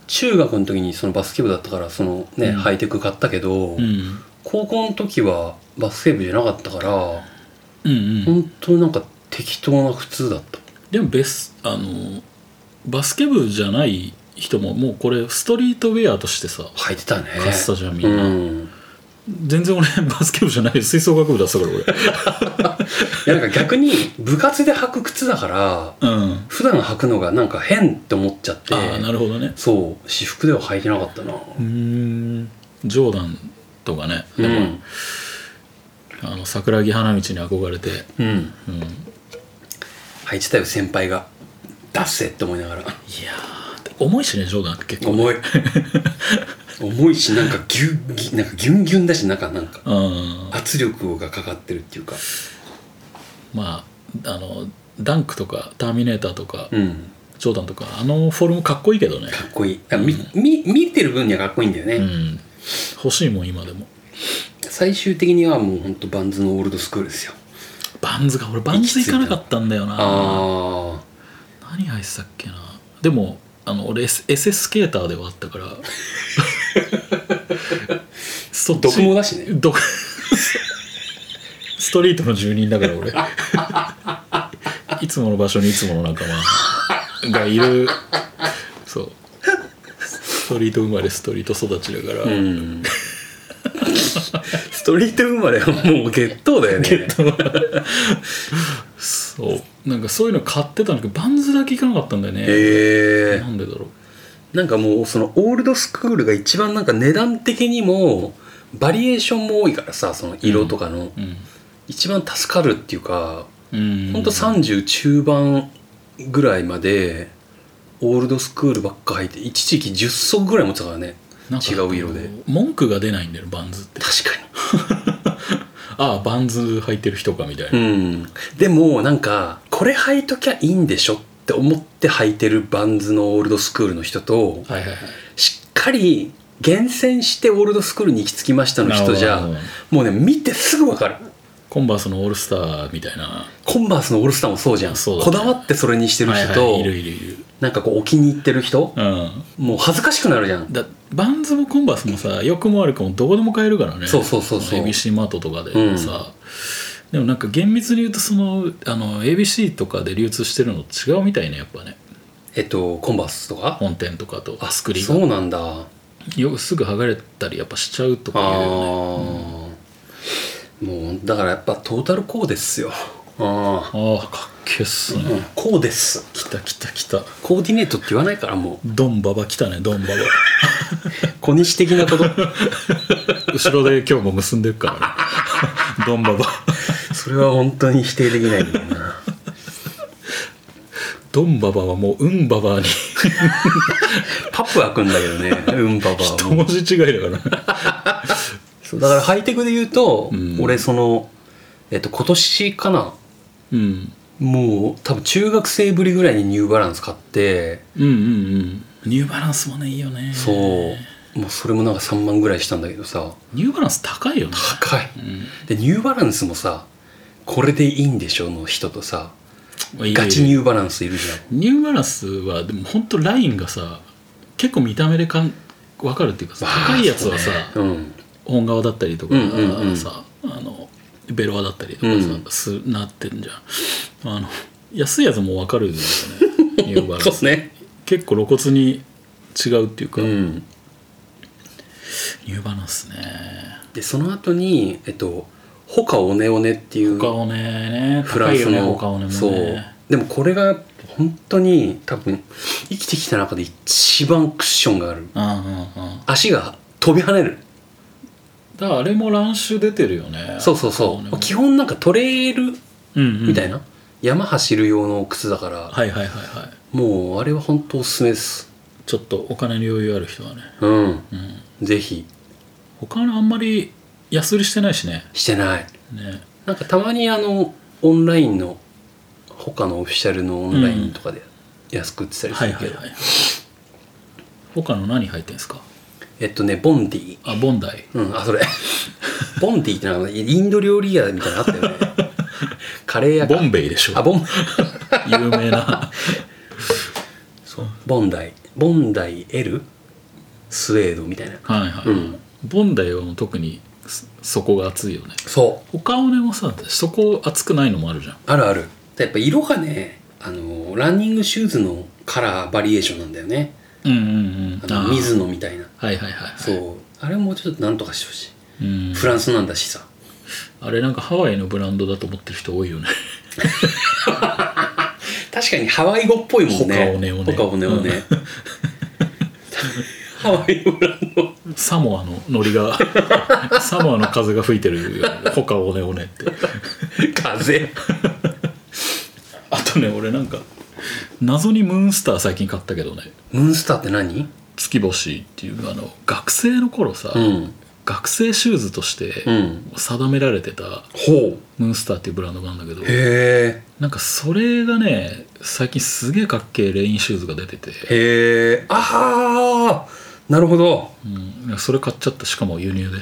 B: 中学の時にそのバスケ部だったからそのね、
A: うん
B: ハイテク買ったけ
A: う
B: ど、
A: ん
B: 高校の時はバスケ部じゃなかったから
A: うんうん
B: 本当なんか適当な普通だった
A: でもベスあのバスケ部じゃない人ももうこれストリートウェアとしてさ
B: 履いてたね
A: 買ってたじゃんみ
B: うん
A: な、
B: ん
A: 全然俺バスケ部じゃない吹奏楽部だったから
B: いやなんか逆に部活で履く靴だから
A: 俺うん
B: 普段履くのがなんか変って思っちゃって
A: ああなるほどね
B: そう私服では履いてなかったな
A: うーんジョーダンとかね
B: う
A: でも、
B: ん
A: あの桜木花道に憧れて、
B: うん
A: うん、い
B: 履いてたよ先輩が出せって思いながら
A: やー重いしねジョーダン結構
B: 重い重いしなんかギュギュなんかギュンギュンだしなんかなんか
A: うん
B: 圧力がかかってるっていうか
A: まああのダンクとかターミネーターとか、
B: うん
A: ジョーダンとかあのフォルムかっこいいけどね、
B: かっこいいだからみ、み見てる分にはかっこいいんだよね、
A: うん、欲しいもん今でも
B: 最終的にはもうほんとバンズのオールドスクールですよ
A: バンズが俺バンズ行かなかったんだよな
B: あ
A: 何入ってたっけなでもあの俺エスエセスケーターではあったから そ
B: あ
A: っち
B: 毒もだしね
A: どストリートの住人だから俺いつもの場所にいつもの仲間がいるそうストリート生まれストリート育ちだから、
B: うんストリート生まれはもうゲットだよね
A: そうなんかそういうの買ってたんだけどバンズだけ行かなかったんだよね、
B: え
A: な
B: ー
A: んでだろう
B: なんかもうそのオールドスクールが一番なんか値段的にもバリエーションも多いからさその色とかの、
A: うん
B: 一番助かるっていうか
A: うん
B: ほんと30中盤ぐらいまでオールドスクールばっか履いて一時期10足ぐらい持ってたからね
A: なんか
B: 違う色で
A: 文句が出ないんだよバンズって
B: 確かに
A: ああバンズ履いてる人かみたいな、
B: うん、でもなんかこれ履いときゃいいんでしょっって思って履いてるバンズのオールドスクールの人
A: はい
B: と
A: はいはい
B: しっかり厳選してオールドスクールに行き着きましたの人じ
A: な
B: ゃ
A: るほど
B: もうね見てすぐ分かる
A: コンバースのオールスターみたいな
B: コンバースのオールスターもそうじゃん
A: そうだね
B: こだわってそれにしてる人と、
A: はいはいいるいるいる
B: なんかこうお気に入ってる人、
A: うん
B: もう恥ずかしくなるじゃん
A: だバンズもコンバースもさ良くも悪くもどこでも買えるからね
B: そうそうそうそう
A: の ABC マートとかでさ、でもなんか厳密に言うとそのあの ABC とかで流通してるのと違うみたいねやっぱね
B: えっとコンバースとか
A: 本店とかとスクリー
B: そ
A: ン
B: うなんだあ
A: よくすぐ剥がれたりやっぱしちゃうとか
B: あ
A: いうよね
B: ー、もうだからやっぱトータルこうですよああ、
A: ああかっけえっすね、
B: うんこうです
A: 来た来た来た
B: コーディネートって言わないからも
A: ドンババ来たねドンバ バ
B: う小西的なこと
A: 後ろで今日も結んでるからねドンババ
B: それは本当に否定できないんだよな
A: ドンババはもううんババに
B: パップ開くんだけどねうんばば は
A: 一
B: もう
A: 文字違いだからね
B: そうだからハイテクで言うと、
A: うん
B: 俺そのえっと今年かな
A: うん
B: もう多分中学生ぶりぐらいにニューバランス買って
A: うんうんうんニューバランスもねいいよね
B: そうもうそれもなんか3万ぐらいしたんだけどさ
A: ニューバランス高いよね
B: 高い
A: うん
B: でニューバランスもさこれでいいんでしょの人とさ
A: まあいいよ
B: ガチニューバランスいるじゃん
A: ニューバランスはでも本当ラインがさ結構見た目でかん分かるっていうかさ高いやつはさ、
B: そうね
A: 本革だったりとかさ、
B: うんうんうん
A: あのベロアだったりとかさ、
B: うん
A: すなってんじゃんあの安いやつも分か るんですよねニュー
B: う
A: バ
B: ん
A: ラン
B: そうで
A: ス
B: すね
A: 結構露骨に違うっていうか、
B: うん
A: ニューバランスね
B: でその後にえっとホカオネオネっていう
A: 他をね
B: フラ
A: 高
B: ン
A: い
B: ス
A: よね
B: の
A: 他をねもね
B: そうでもこれが本当に多分生きてきた中で一番クッションがある
A: うんうんうん
B: 足が飛び跳ねる
A: だからあれも乱種出てるよね
B: そうそうそ
A: ね
B: う基本なんかトレイル
A: うんうん
B: みたいな、山走る用の靴だから、
A: はいはいはいはい
B: もうあれは本当おすすめです
A: ちょっとお金に余裕ある人はね、
B: うん
A: うん、
B: ぜひ
A: 他のあんまり安売りしてないしね
B: してない
A: ね
B: なんかたまにあのオンラインの他のオフィシャルのオンラインとかで安く売ってたりす
A: はい
B: る
A: は
B: け
A: い
B: ど
A: はい他の何入ってんすか
B: えっとねボンディ
A: あボンダイ
B: うんあそれ ボンディってなんかインド料理屋みたいなのあった よねカレー屋か
A: ボンベイでしょ
B: あボン
A: 有名な
B: そうボンダイボンダイ L スウェードみたいな
A: はいはい、
B: うん
A: ボンダイはもう特にそそこが熱いよね
B: そう
A: 他をねもさそこ熱くないのもあるじゃん
B: あるあるでやっぱ色がねあのランニングシューズのカラーバリエーションなんだよね
A: うんうん
B: あ
A: うんあ
B: の
A: ー
B: 水野みたいな
A: はいはいはい
B: そうあれもうちょっとなんとかしてほしい、
A: うん
B: フランスなんだしさ
A: あれなんかハワイのブランドだと思ってる人多いよね
B: 確かにハワイ語っぽいもんね
A: 他をねをね
B: 他をねをねハワイのブランド
A: サモアのノリが サモアの風が吹いてるよねほかおねおねって
B: 風
A: あとね俺なんか謎にムーンスター最近買ったけどね
B: ムーンスターって何
A: 月星っていうあの学生の頃さ、
B: うん
A: 学生シューズとして
B: うん
A: 定められてた
B: ほ
A: ムーンスターっていうブランドがあるんだけど
B: うへ
A: なんかそれがね最近すげえかっけえレインシューズが出てて、
B: えへえああなるほど
A: うん、なんかそれ買っちゃったしかも輸入で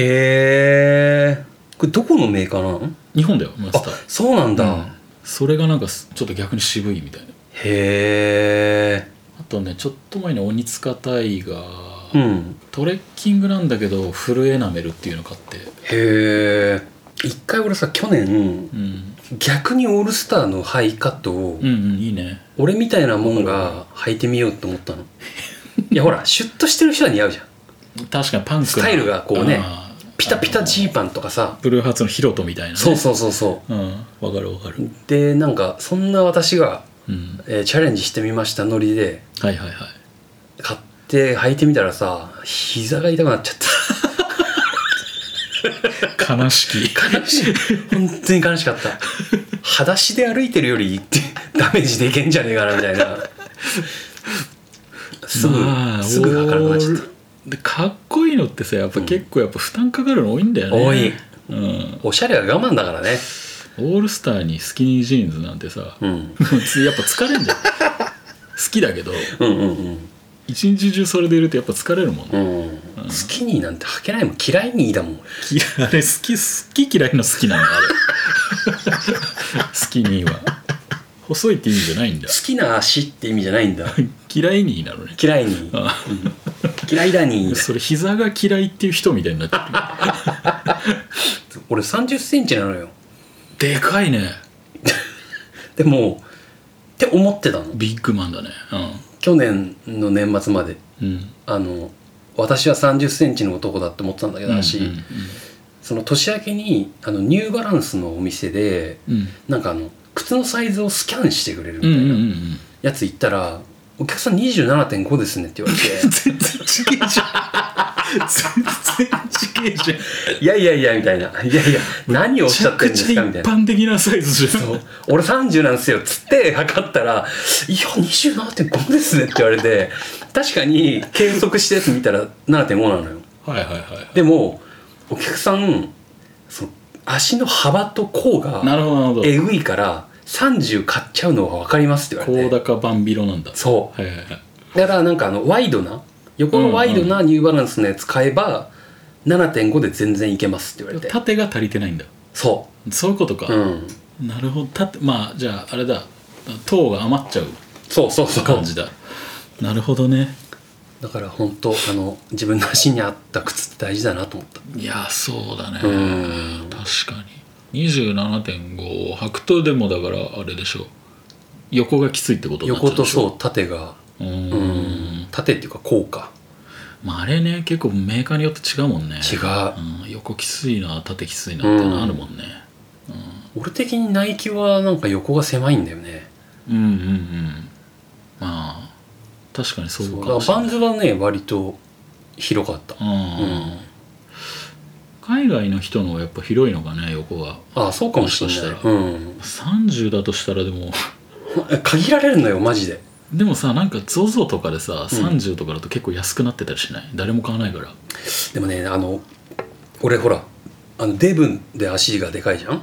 B: へえこれどこのメーカーなの
A: 日本だよムーンス
B: あ
A: ター
B: そうなんだ、
A: うんそれがなんかすちょっと逆に渋いみたいな
B: へえ。
A: あとねちょっと前に鬼塚大が、
B: うん。
A: トレッキングなんだけどフルエナメルっていうの買って、
B: へえ。一回俺さ去年
A: うん、
B: 逆にオールスターのハイカットを、
A: うんうんいいね
B: 俺みたいなもんが履いてみようと思ったの。いやほらシュッとしてる人は似合うじゃん。
A: 確かにパンクな
B: スタイルがこうね
A: あー
B: ピタピタジ
A: あ
B: ーパンとかさ
A: の。ブルーハーツのヒロトみたいな、ね、
B: そうそうそうそう
A: うんわかるわかる、。
B: でなんかそんな私が、
A: うん、
B: えーチャレンジしてみましたノリで
A: はいはいはい
B: 買って履いてみたらさ膝が痛くなっちゃった。
A: 悲しき
B: 悲しい本当に悲しかった裸足で歩いてるよりってダメージでいけんじゃねえかなみたいなすぐ、すぐ測らなくなっちゃった
A: でかっこいいのってさやっぱ結構やっぱ負担かかるの多いんだよね、
B: 多い
A: うん
B: おしゃれは我慢だからね
A: オールスターにスキニージーンズなんてさ、
B: うん、
A: やっぱ疲れんじゃん好きだけど
B: うんうん
A: 一日中それでいるとやっぱ疲れるもんね
B: うんうんスキニーなんて履けないもん嫌いにいだもん
A: いやあれ好き好き嫌いの好きなんだあれ好きには細いって意味じゃないんだ
B: 好きな足って意味じゃないんだ
A: 嫌いになのね
B: 嫌いに
A: あ
B: 嫌いだに
A: それ膝が嫌いっていう人みたいになっちゃ
B: 俺3 0ンチなのよ
A: うでかいね
B: でもって思ってたの
A: ビッグマンだね
B: 去年の年末まで
A: うんうん
B: あの私は3 0ンチの男だって思ってたんだけど足、
A: うんうん
B: その年明けにあのニューバランスのお店で
A: うん
B: なんかあの靴のサイズをスキャンしてくれるみ
A: うんうんう
B: たいなんやつ行ったら「お客さん27.5ですね」って言われ
A: 全然ちげえじゃん全然ちげえじゃん
B: て「いやいやいや」みたいな「いやいや何をおっ
A: め
B: し
A: ち
B: ゃ
A: ゃ
B: ってる
A: く
B: んで
A: ち
B: す
A: ゃ
B: か」
A: 一
B: みたいな。
A: 般的なサイズじゃ
B: そうん俺30なんですよっつって測ったら「いや27.5ですね」って言われて確かに計測したやつ見たら7.5なのよ
A: はいはいはい
B: でもお客さんその足の幅と甲が
A: なるほどなるほど
B: えぐいから30買っちゃうのは分かりますって言われ
A: 高
B: て
A: 高バンビロなんだ
B: そ
A: はいはいはいう
B: だからなんかあのワイドな横のワイドなニューバランスのやつ買えば7.5で全然いけますって言われて
A: 縦が足りてないんだ
B: そ
A: そういうことか
B: う、うん、
A: なるほど縦まあじゃああれだ糖が余っちゃう
B: そうそうそう
A: 感じだなるほどね
B: だから本当あの自分の足に合った靴って大事だなと思った
A: いやそうだね
B: うん
A: 確かに27.5を履くとでもだからあれでしょう横がきついってことになっちゃ
B: 横
A: うで
B: と
A: しょ
B: そう縦が
A: う
B: うんん縦っていうかこうか
A: まああれね結構メーカーによって違うもんね
B: 違う
A: うん、横きついな縦きついなってのあるもんね、
B: 俺的にナイキはなんか横が狭いんだよね
A: うん、うんうんまあ確かにそう
B: そ
A: か
B: うだから
A: もしれ
B: バ
A: ない
B: ンズはね割と広かった
A: うん
B: うん
A: 海外の人の方がやっぱ広いのかね横が
B: ああそうかもしれ
A: もし
B: ない
A: かし、た
B: うん、
A: 30だとしたらでも
B: 限られるのよマジで
A: でもさなんか ZOZO とかでさ30とかだと結構安くなってたりしない、誰も買わないから
B: でもねあの俺ほらあのデブンで足がでかいじゃ ん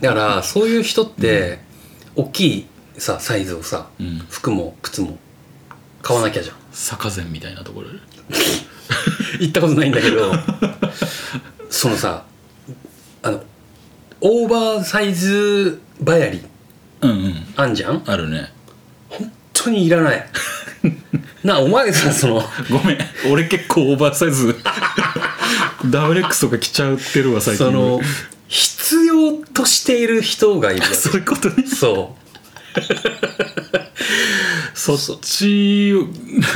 B: だからそういう人って、大きいさサイズをさ
A: うん
B: 服も靴も買わなきゃじゃん
A: 坂膳みたいなところで
B: 行ったことないんだけ どそのさあのオーバーサイズばやり
A: うんうん
B: あんじゃん
A: あるね
B: 本当にいらない なあお前さその
A: ごめん俺結構オーバーサイズ WX とか着ちゃってるわ最近
B: その必要としている人がいるわ け
A: そういうことね
B: そ
A: そっち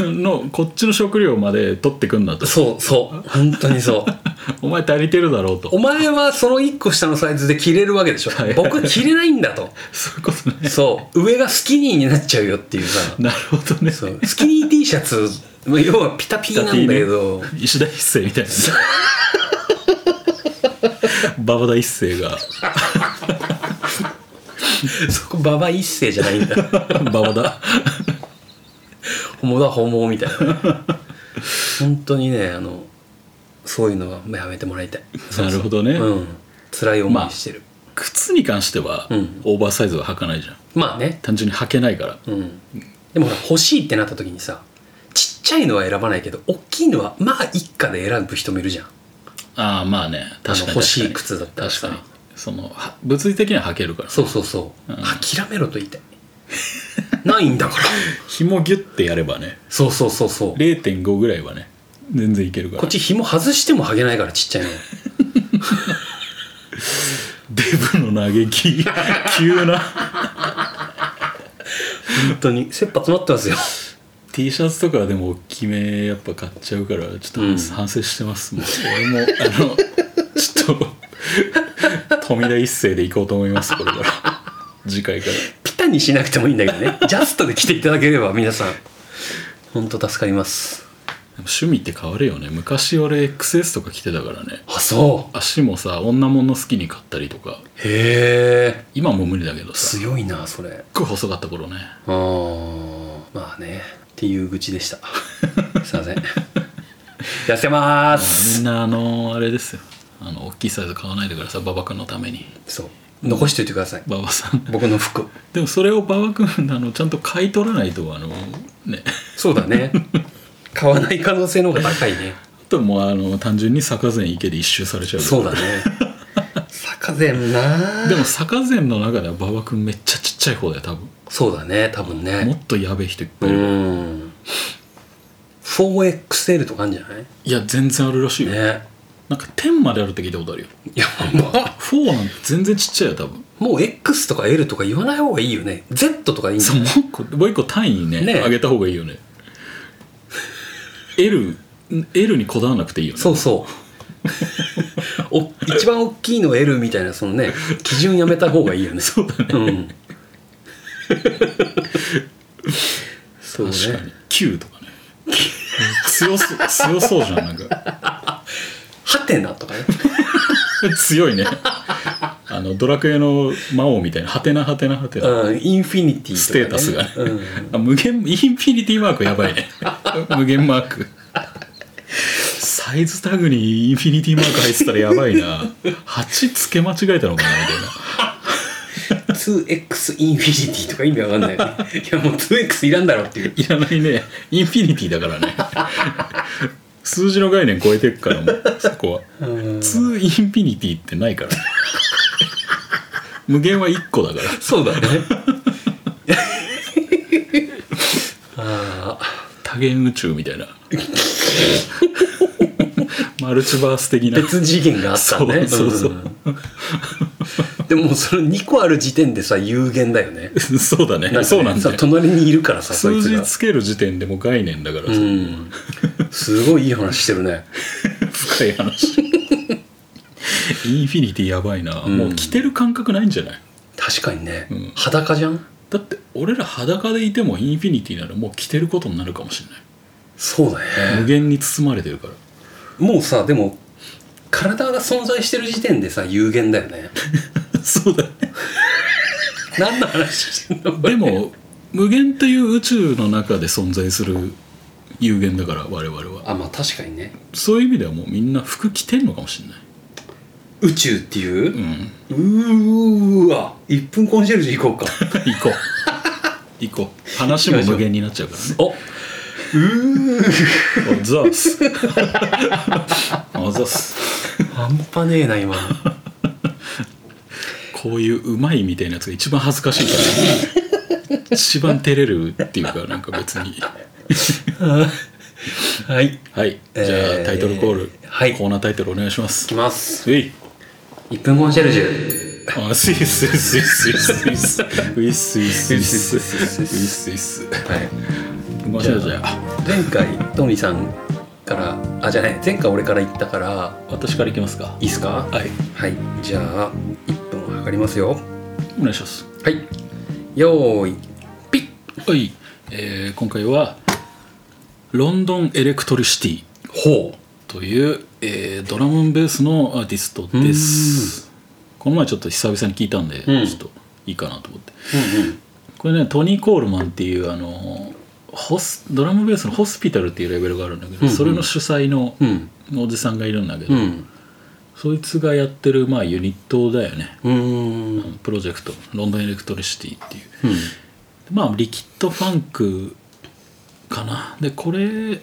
A: のこっちの食料まで取ってくんなと
B: うそうそう本当にそう
A: お前足りてるだろう
B: お
A: と
B: 前はその1個下のサイズで着れるわけでしょ
A: はい
B: 僕は着れないんだと
A: そういうことね
B: そう上がスキニーになっちゃうよっていうさ
A: なるほどね
B: そうスキニー T シャツまあ要はピタピタなんだけど、
A: 石田一生みたいな 馬場田一生が
B: そこババ一世じゃないんだ
A: 馬場田
B: ホモだホモみたいな本当にねあのそういうのはやめてもらいたい
A: なるほどね、
B: うん辛い思いしてる、
A: 靴に関しては、
B: うん
A: オーバーサイズは履かないじゃん
B: まあね
A: 単純に履けないから
B: うん、でもほら欲しいってなった時にさちっちゃいのは選ばないけど大きいのはまあ一家で選ぶ人もいるじゃん
A: ああまあね確かに確かに
B: 欲しい靴だったら
A: 確
B: さ
A: かにそのは物理的には履けるから
B: そうそうそう、
A: うん
B: 諦めろと言いたいないんだから
A: 紐ギュッてやればね
B: そうそうそうそう
A: 0.5ぐらいはね全然いけるから
B: こっち紐外してもはげないからちっちゃいの
A: デブの嘆き 急な
B: 本当に切羽詰まってますよ
A: T シャツとかでも大きめやっぱ買っちゃうからちょっと
B: うん
A: 反省してます、もう俺もあのちょっと富田一世で行こうと思いますこれから次回から
B: ピタにしなくてもいいんだけどねジャストで着ていただければ皆さん本当助かります
A: でも趣味って変わるよね昔俺 XS とか着てたからね
B: あそう
A: 足もさ女物好きに買ったりとか
B: へえ
A: 今も無理だけどさすっ
B: 強いなそれ
A: ごい細かった頃ね
B: あーまあねっていう愚痴でしたすいません痩せまー
A: み
B: す
A: んなあのあれですよあの大きいサイズ買わないでください馬場君のために
B: そう残しといてください
A: 馬場さん
B: 僕の服
A: でもそれを馬場君あのちゃんと買い取らないとあのね
B: そうだね買わない可能性の方が高いね
A: あともうあの単純に坂前池で一周されちゃう
B: そうだね坂前な
A: でも坂前の中では馬場君めっちゃちっちゃい方だよ多分
B: そうだね多分
A: も
B: ね
A: っとやべえ人いっぱ
B: う
A: いいる、
B: ん 4XL とかあるんじゃない
A: いや全然あるらしいよ、
B: ね
A: なんか10まであるって聞いたことあるよ
B: いやまあ
A: 4なんて全然ちっちゃいよ多分
B: もう X とか L とか言わない方がいいよね Z とかいいんだ
A: そうもう一個もう一個単位ね
B: ね
A: 上げた方がいいよね L, L にこだわらなくていいよね
B: そうそう。お一番大きいの L みたいなそのね基準やめた方がいいよね。
A: そうだね
B: うん。そうね。
A: 確かに9とかね強そう強そうじゃんなんか
B: ハテナとかね。
A: 強いね あのドラクエの魔王みたいなハテナハテナハテナ
B: うん。インフィニティとか、ね。
A: ステータスがね
B: うん。
A: あ無限インフィニティマークやばいね 無限マークサイズタグにインフィニティマーク入ってたらやばいな8つけ間違えたのかなみたいな
B: 2X インフィニティとか意味わかんないよね。いやもう 2X いらんだろっていう。
A: いらないね。インフィニティだからね。数字の概念超えてくからもう、そこは。
B: うん。
A: 2インフィニティってないから。無限は1個だから。
B: そうだね。ああ。
A: 多元宇宙みたいな。 マルチバース的な。
B: 別次元があったね
A: そうそうそうん
B: でもその2個ある時点でさ有限だよね
A: そうだね。
B: かね
A: そうなんだ
B: さ
A: よ。
B: 隣にいるからさそ
A: 数
B: いつ
A: 字
B: が
A: つける時点でもう概念だからさ、
B: うんすごいいい話してるね
A: 深い 話。インフィニティやばいな、
B: ん
A: もう着てる感覚ないんじゃない
B: 確かにね、
A: うん
B: 裸じゃん
A: だって俺ら裸でいてもインフィニティならもう着てることになるかもしれない
B: そうだ
A: 無
B: ね
A: 限に包まれてるから
B: もうさでも体が存在してる時点でさ有限だよね
A: そうだね
B: 何の話してんのこれ
A: でも無限という宇宙の中で存在する有限だから我々は
B: あまあ確かにね
A: そういう意味ではもうみんな服着てんのかもしれない
B: 宇宙っていう
A: う、ん
B: うーわ1分コンシェルジュ行こうか
A: 行こう行こう話も無限になっちゃうからね
B: おうー
A: おザースおザース
B: 半端ねえな今
A: こういううまいみたいなやつが一番恥ずかしいから、ね、一番照れるっていうかなんか別に
B: はい。
A: はい、
B: えー
A: じゃあタイトルコール、
B: はい
A: コーナータイトルお願いします
B: きます。
A: うい
B: 1分コンシェルジュ。
A: あスイスイスイスイスイスイスイスイスイスイスイス
B: はい。
A: 面白いじゃあ
B: 前回、トニーさんから、あ、じゃない、前回俺から言ったから、
A: 私からいきますか
B: いいっすか
A: はい
B: はい。じゃあ、1分測りますよ。
A: お願いします
B: はい。よーい、ピッ
A: はい、えー、今回はロンドンエレクトリシティ
B: ほ
A: という、えー、ドラムンベースのアーティストですこの前ちょっと久々に聞いたんで、
B: うん
A: ちょっといいかなと思って
B: う。うん
A: これねトニー・コールマンっていうあのホスドラムベースのホスピタルっていうレベルがあるんだけど、
B: うんうん
A: それの主催の
B: うん。
A: おじさんがいるんだけど、
B: うん。
A: そいつがやってるまあユニットだよね
B: うん。うん。
A: プロジェクトロンドンエレクトリシティっていうまあリキッドファンクかなでこれ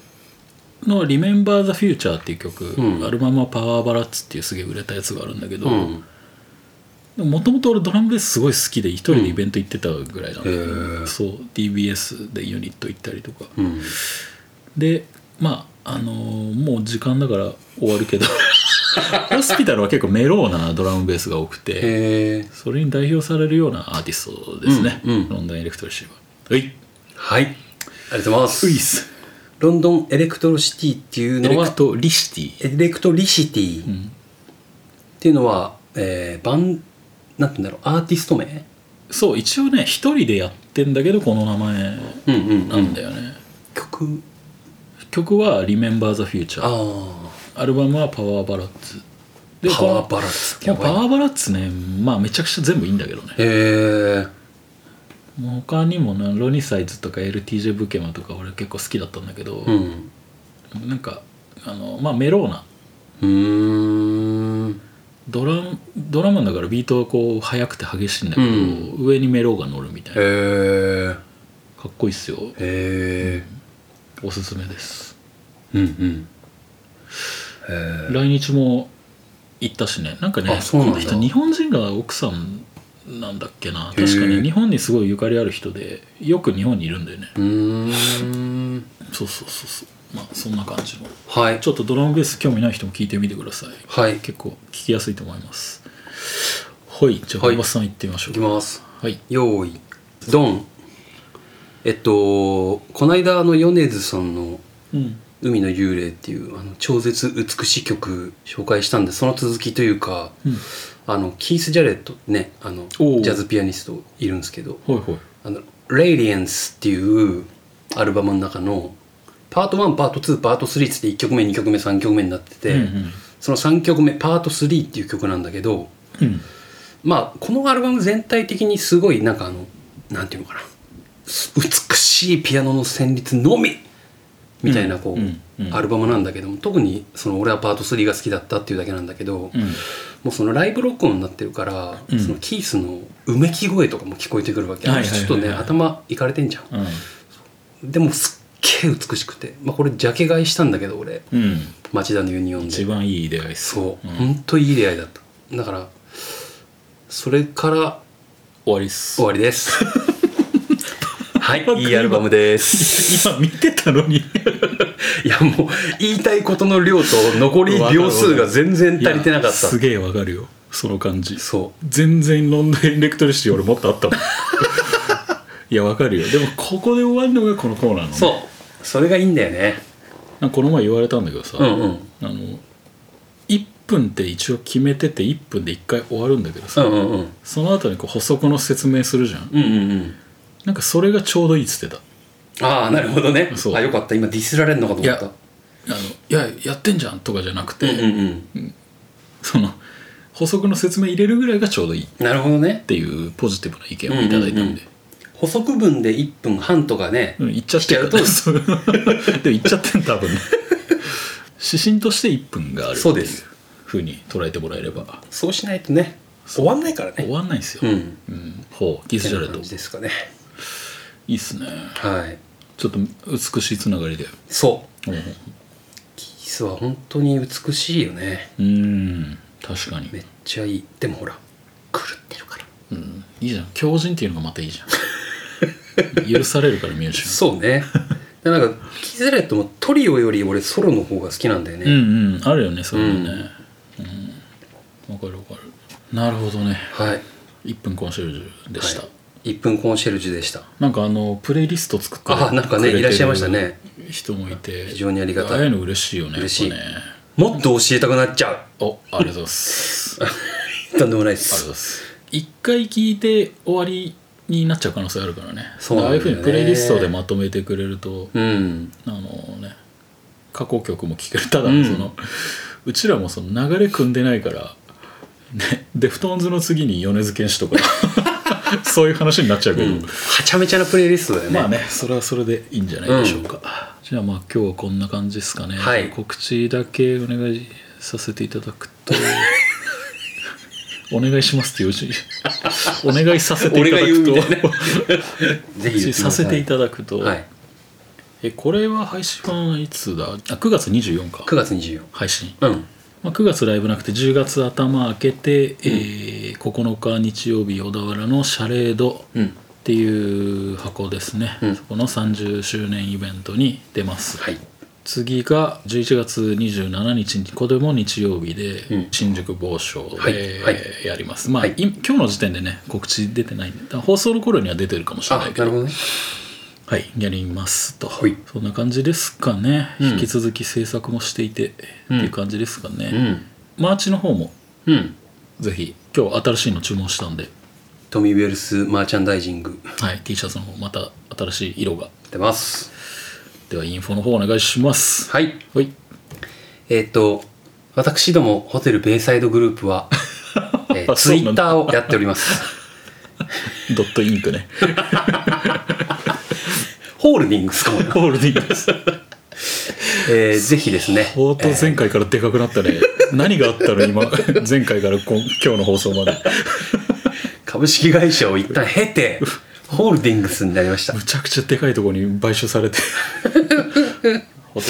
A: の「Remember the Future」っていう曲、
B: うん
A: アルバムは「パワーバラッツ」っていうすげえ売れたやつがあるんだけど
B: う
A: も
B: ん。
A: ともと俺ドラムベースすごい好きで一人でイベント行ってたぐらいなんだけど、
B: うんへえ
A: そう DBS でユニット行ったりとか
B: うん。
A: でまああのーもう時間だから終わる けどホスピタルは結構メローなドラムベースが多くて。
B: へー。
A: それに代表されるようなアーティストですね、
B: うんうん
A: ロンドンエレクトリシーははい
B: はい。ありがとうございます
A: ウイ。ス
B: ロンドンエレクトロシティっていう
A: エ
B: の
A: レ
B: は
A: ク、トリシティ
B: エレクトリシティ、
A: ん
B: っていうのは、えー、バンなんて言うんだろうアーティスト名
A: そう一応ね一人でやってんだけどこの名前
B: うんうん
A: なんだよね、
B: 曲
A: 曲は「Remember the Future
B: あ」
A: アルバムは「パワーバラッツ」
B: あパワー
A: こ
B: バランス
A: のこのパワーバラッツねまあめちゃくちゃ全部いいんだけどね
B: へえ
A: もう他にもねロニサイズとか LTJ ブケマとか俺結構好きだったんだけど、
B: うん
A: なんかあのまあメローな
B: うーん
A: ドラドラマだからビートはこう速くて激しいんだけど、
B: うん
A: 上にメロが乗るみたい
B: へ
A: な
B: え
A: かっこいいっすよ
B: へえ
A: おすすめです
B: うんうんへ
A: 来日も行ったしねなんかね
B: あそうなんだ
A: この人日本人が奥さんなんだっけな
B: へー
A: 確かに日本にすごいゆかりある人でよく日本にいるんだよね
B: えうん
A: そうそうそうそうまあそんな感じの
B: はい
A: ちょっとドラムベース興味ない人も聞いてみてください
B: はいい
A: 結構聞きやすいと思いますはいじゃあ
B: はい
A: 大場さん行ってみましょ
B: き
A: う
B: ます
A: はい
B: 用意ドンえっとこないだあの米津さんの
A: うん
B: 「海の幽霊」っていうあの超絶美しい曲紹介したんでその続きというか
A: うん
B: あのキース・ジャレットってねあのジ
A: おう
B: ャズピアニストいるんですけど
A: はいはい
B: あの「Radiance」っていうアルバムの中のパート1パート2パート3つって1曲目2曲目3曲目になってて、
A: うんうん
B: その3曲目パート3っていう曲なんだけど
A: うん
B: まあこのアルバム全体的にすごいなんかあのなんていうのかなす美しいピアノの旋律のみみたいなこう、
A: うんうん
B: アルバムなんだけども特にその俺はパート3が好きだったっていうだけなんだけど、
A: うん
B: もうそのライブ録音になってるから、
A: うん
B: そのキースのうめき声とかも聞こえてくるわけ、
A: はいはいはいはい
B: ちょっとね頭いかれてんじゃ
A: うん
B: んでもすっげえ美しくて、まあ、これジャケ買いしたんだけど俺
A: うん
B: 町田のユニオン
A: 一
B: で
A: 番いい出会いっす
B: そう、
A: うん
B: ほんといい出会いだっただからそれから
A: 終わりっす
B: 終わりです はい
A: わかりま
B: いいアルバ ムです
A: 今見てたのに
B: いやもう言いたいことの量と残り秒数が全然足りてなかっ
A: いやす
B: た
A: げえわかるよその感じ
B: そ
A: 全然ロンドンエレクトリシティ俺もっとあったも んいやわかるよでもここで終わるのがこのコーナーなの
B: うそうそれがいいんだよね
A: なんかこの前言われたんだけどさ、
B: うんうん
A: あの1分って一応決めてて1分で1回終わるんだけど
B: う
A: さ、
B: んうんうん
A: その後にこう補足の説明するじゃん
B: うんうんうん
A: なんかそれがちょうどいいっつってた
B: ああなるほどね
A: そう
B: あよかった今ディスられるのかと思った
A: いあのいややってんじゃんとかじゃなくて、
B: うんうんうん
A: その補足の説明入れるぐらいがちょうどいいっ
B: なるほどね
A: ていうポジティブな意見をいただいたんで、
B: 補足分で1分半とかね、
A: うん言っ ちゃってるから
B: し
A: でも言っちゃってん多 分ね指針として1分があるって
B: そう
A: い
B: で
A: う
B: す
A: ふうに捉えてもらえれば
B: そうしないとね終わんないから
A: 終
B: ね
A: わんないんですよ、
B: うん
A: うんほうキスジャレ
B: っ
A: ッ
B: てな
A: ト
B: 感じですかね
A: いいっすね
B: はい
A: ちょっと美しいつながりで
B: そう
A: うん
B: キスは本当に美しいよね
A: うん確かに、
B: めっちゃいいでもほら狂ってるから
A: うん、いいじゃん狂人っていうのがまたいいじゃ ん許されるからミュージシャ
B: そう ねでなんかキズレットもトリオより俺ソロの方が好きなんだよね、
A: ンうんうんあるよねそういうのねうんわ、かるわかるなるほどね
B: はい
A: 1分コンシェルジュでした、
B: はい1分コンシェルジュでした
A: なんかあのプレイリスト作って
B: あなん
A: く
B: かね
A: れてる
B: いらっしゃいましたね
A: 人もいて非
B: 常にありがたい
A: ああいうの嬉しいよね
B: 嬉しい
A: やっぱね
B: もっと教えたくなっちゃ
A: おありがとうございますありがとう
B: うとんでもないで
A: ござい
B: す
A: ます一回聞いて終わりになっちゃう可能性あるからね
B: そうなん
A: ああ
B: だ
A: い
B: よ
A: う
B: ね
A: ふうにプレイリストでまとめてくれると
B: うん
A: あのね過去曲も聴けるただ
B: うん
A: その、うちらもその流れ組んでないから、ね、デフトーンズの次に米津玄師と かそういう話になっちゃうけど、
B: はちゃめちゃなプレイリストだよね。
A: まあねそれはそれでいいんじゃないでしょうか、じゃあまあ今日はこんな感じですかね、
B: はい
A: 告知だけお願いさせていただくと お願いしますっていうう ちにお願いさせていただくと
B: 俺が言うみ たいなぜひ言ってくだい
A: させていただくと、
B: はい。
A: えこれは配信はいつだあ9月24日
B: 9月24。
A: 配信、
B: うん。
A: まあ、9月ライブなくて10月頭明けて、えー9日日曜日小田原のシャレード
B: うん。
A: っていう箱ですね、
B: うん
A: そこの30周年イベントに出ます、
B: はい。
A: 次が11月27日にこれも日曜日で、
B: うん
A: 新宿某所で、
B: はいはい
A: やりますまあ、
B: はい
A: い今日の時点でね告知出てないんでだから放送の頃には出てるかもしれな
B: あ
A: い、け
B: な
A: ど
B: るほどね。
A: はい、やりますと、
B: はい
A: そんな感じですかね、
B: うん
A: 引き続き制作もしていて、
B: うん
A: っていう感じですかね、
B: うん。
A: マーチの方も
B: うん。
A: ぜひ今日新しいの注文したんで、
B: トミー・ウェルス・マーチャンダイジング
A: はい、T シャツの方また新しい色が
B: 出ます。
A: ではインフォの方お願いします
B: はい。
A: はい
B: えっ、と、私どもホテルベイサイドグループ は、えー、
A: あ
B: ツ
A: そう
B: イ
A: な
B: ッ
A: ん
B: タ
A: だ
B: ーをやっております。
A: ドットインクね
B: ホールディングスかもな。
A: ホールディングス
B: えー、ぜひですね。
A: 冒頭前回からでかくなったね、何があったの今前回からこん今日の放送まで
B: 株式会社を一旦経 てホールディングスになりました
A: むちゃくちゃでかいところに買収されてホテ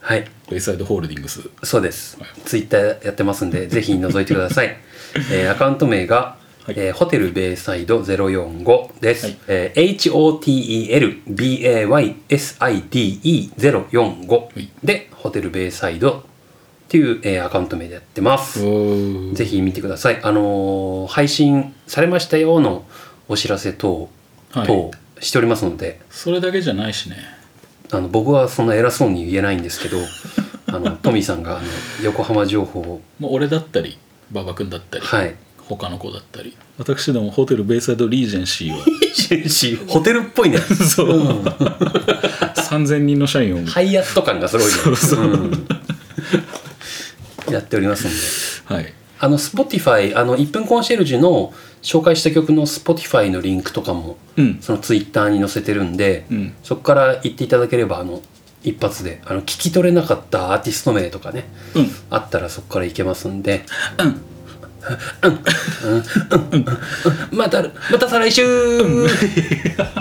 B: はい
A: ルレイサイドホールディングス
B: そうですツイッターやってます んでぜひ覗いてください、えーアカウント名が、
A: はい
B: えーホテルベイサイド045です、
A: はい
B: えー HOTELBAYSIDE045 でホテルベイサイドっていう、えーアカウント名でやってますぜ
A: ぜ
B: ひ見てください。あのー配信されましたよのお知らせ等、
A: はい
B: 等しておりますので、
A: それだけじゃないしね
B: あの僕はそんな偉そうに言えないんで すけど、あのトミーさんがあの横浜情報を、
A: もう俺だったり馬場君だったり、
B: はい、
A: 他の子だったり私どもホテルベイサイドリージェンシーは
B: ホテルっぽい ね。
A: そう、3000人の社員を
B: ハイアット感がすごいね。
A: そうそう
B: うんやっておりますんで。
A: はい
B: あの Spotify あの1分コンシェルジュの紹介した曲の Spotify のリンクとかも
A: うん
B: そのツイッターに載せてるんで、
A: うん
B: そこから行っていただければあの一発であの聞き取れなかったアーティスト名とかね
A: うん
B: あったらそこから行けますんで
A: うん
B: またまた再来週、は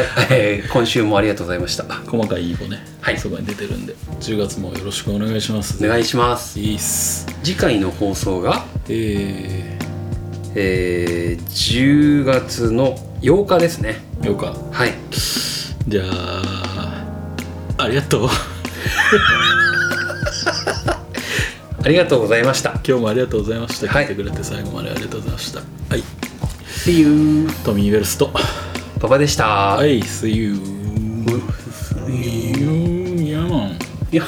B: い、えー今週もありがとうございましたお
A: 細かいインフォね、
B: はい
A: そこに出てるんで10月もよろしくお願いします
B: 願いします
A: いいっす
B: 次回の放送が、
A: え
B: えー10月の8日ですね
A: ー、よか
B: はい
A: じゃあありがとう
B: ありがとうございました
A: 今日もありがとうございました
B: はい
A: 聞いてくれて最後までありがとうございましたはい、
B: See you
A: トミー・ウェルスト
B: パパでした、
A: はい See you See you ヤマン
B: いや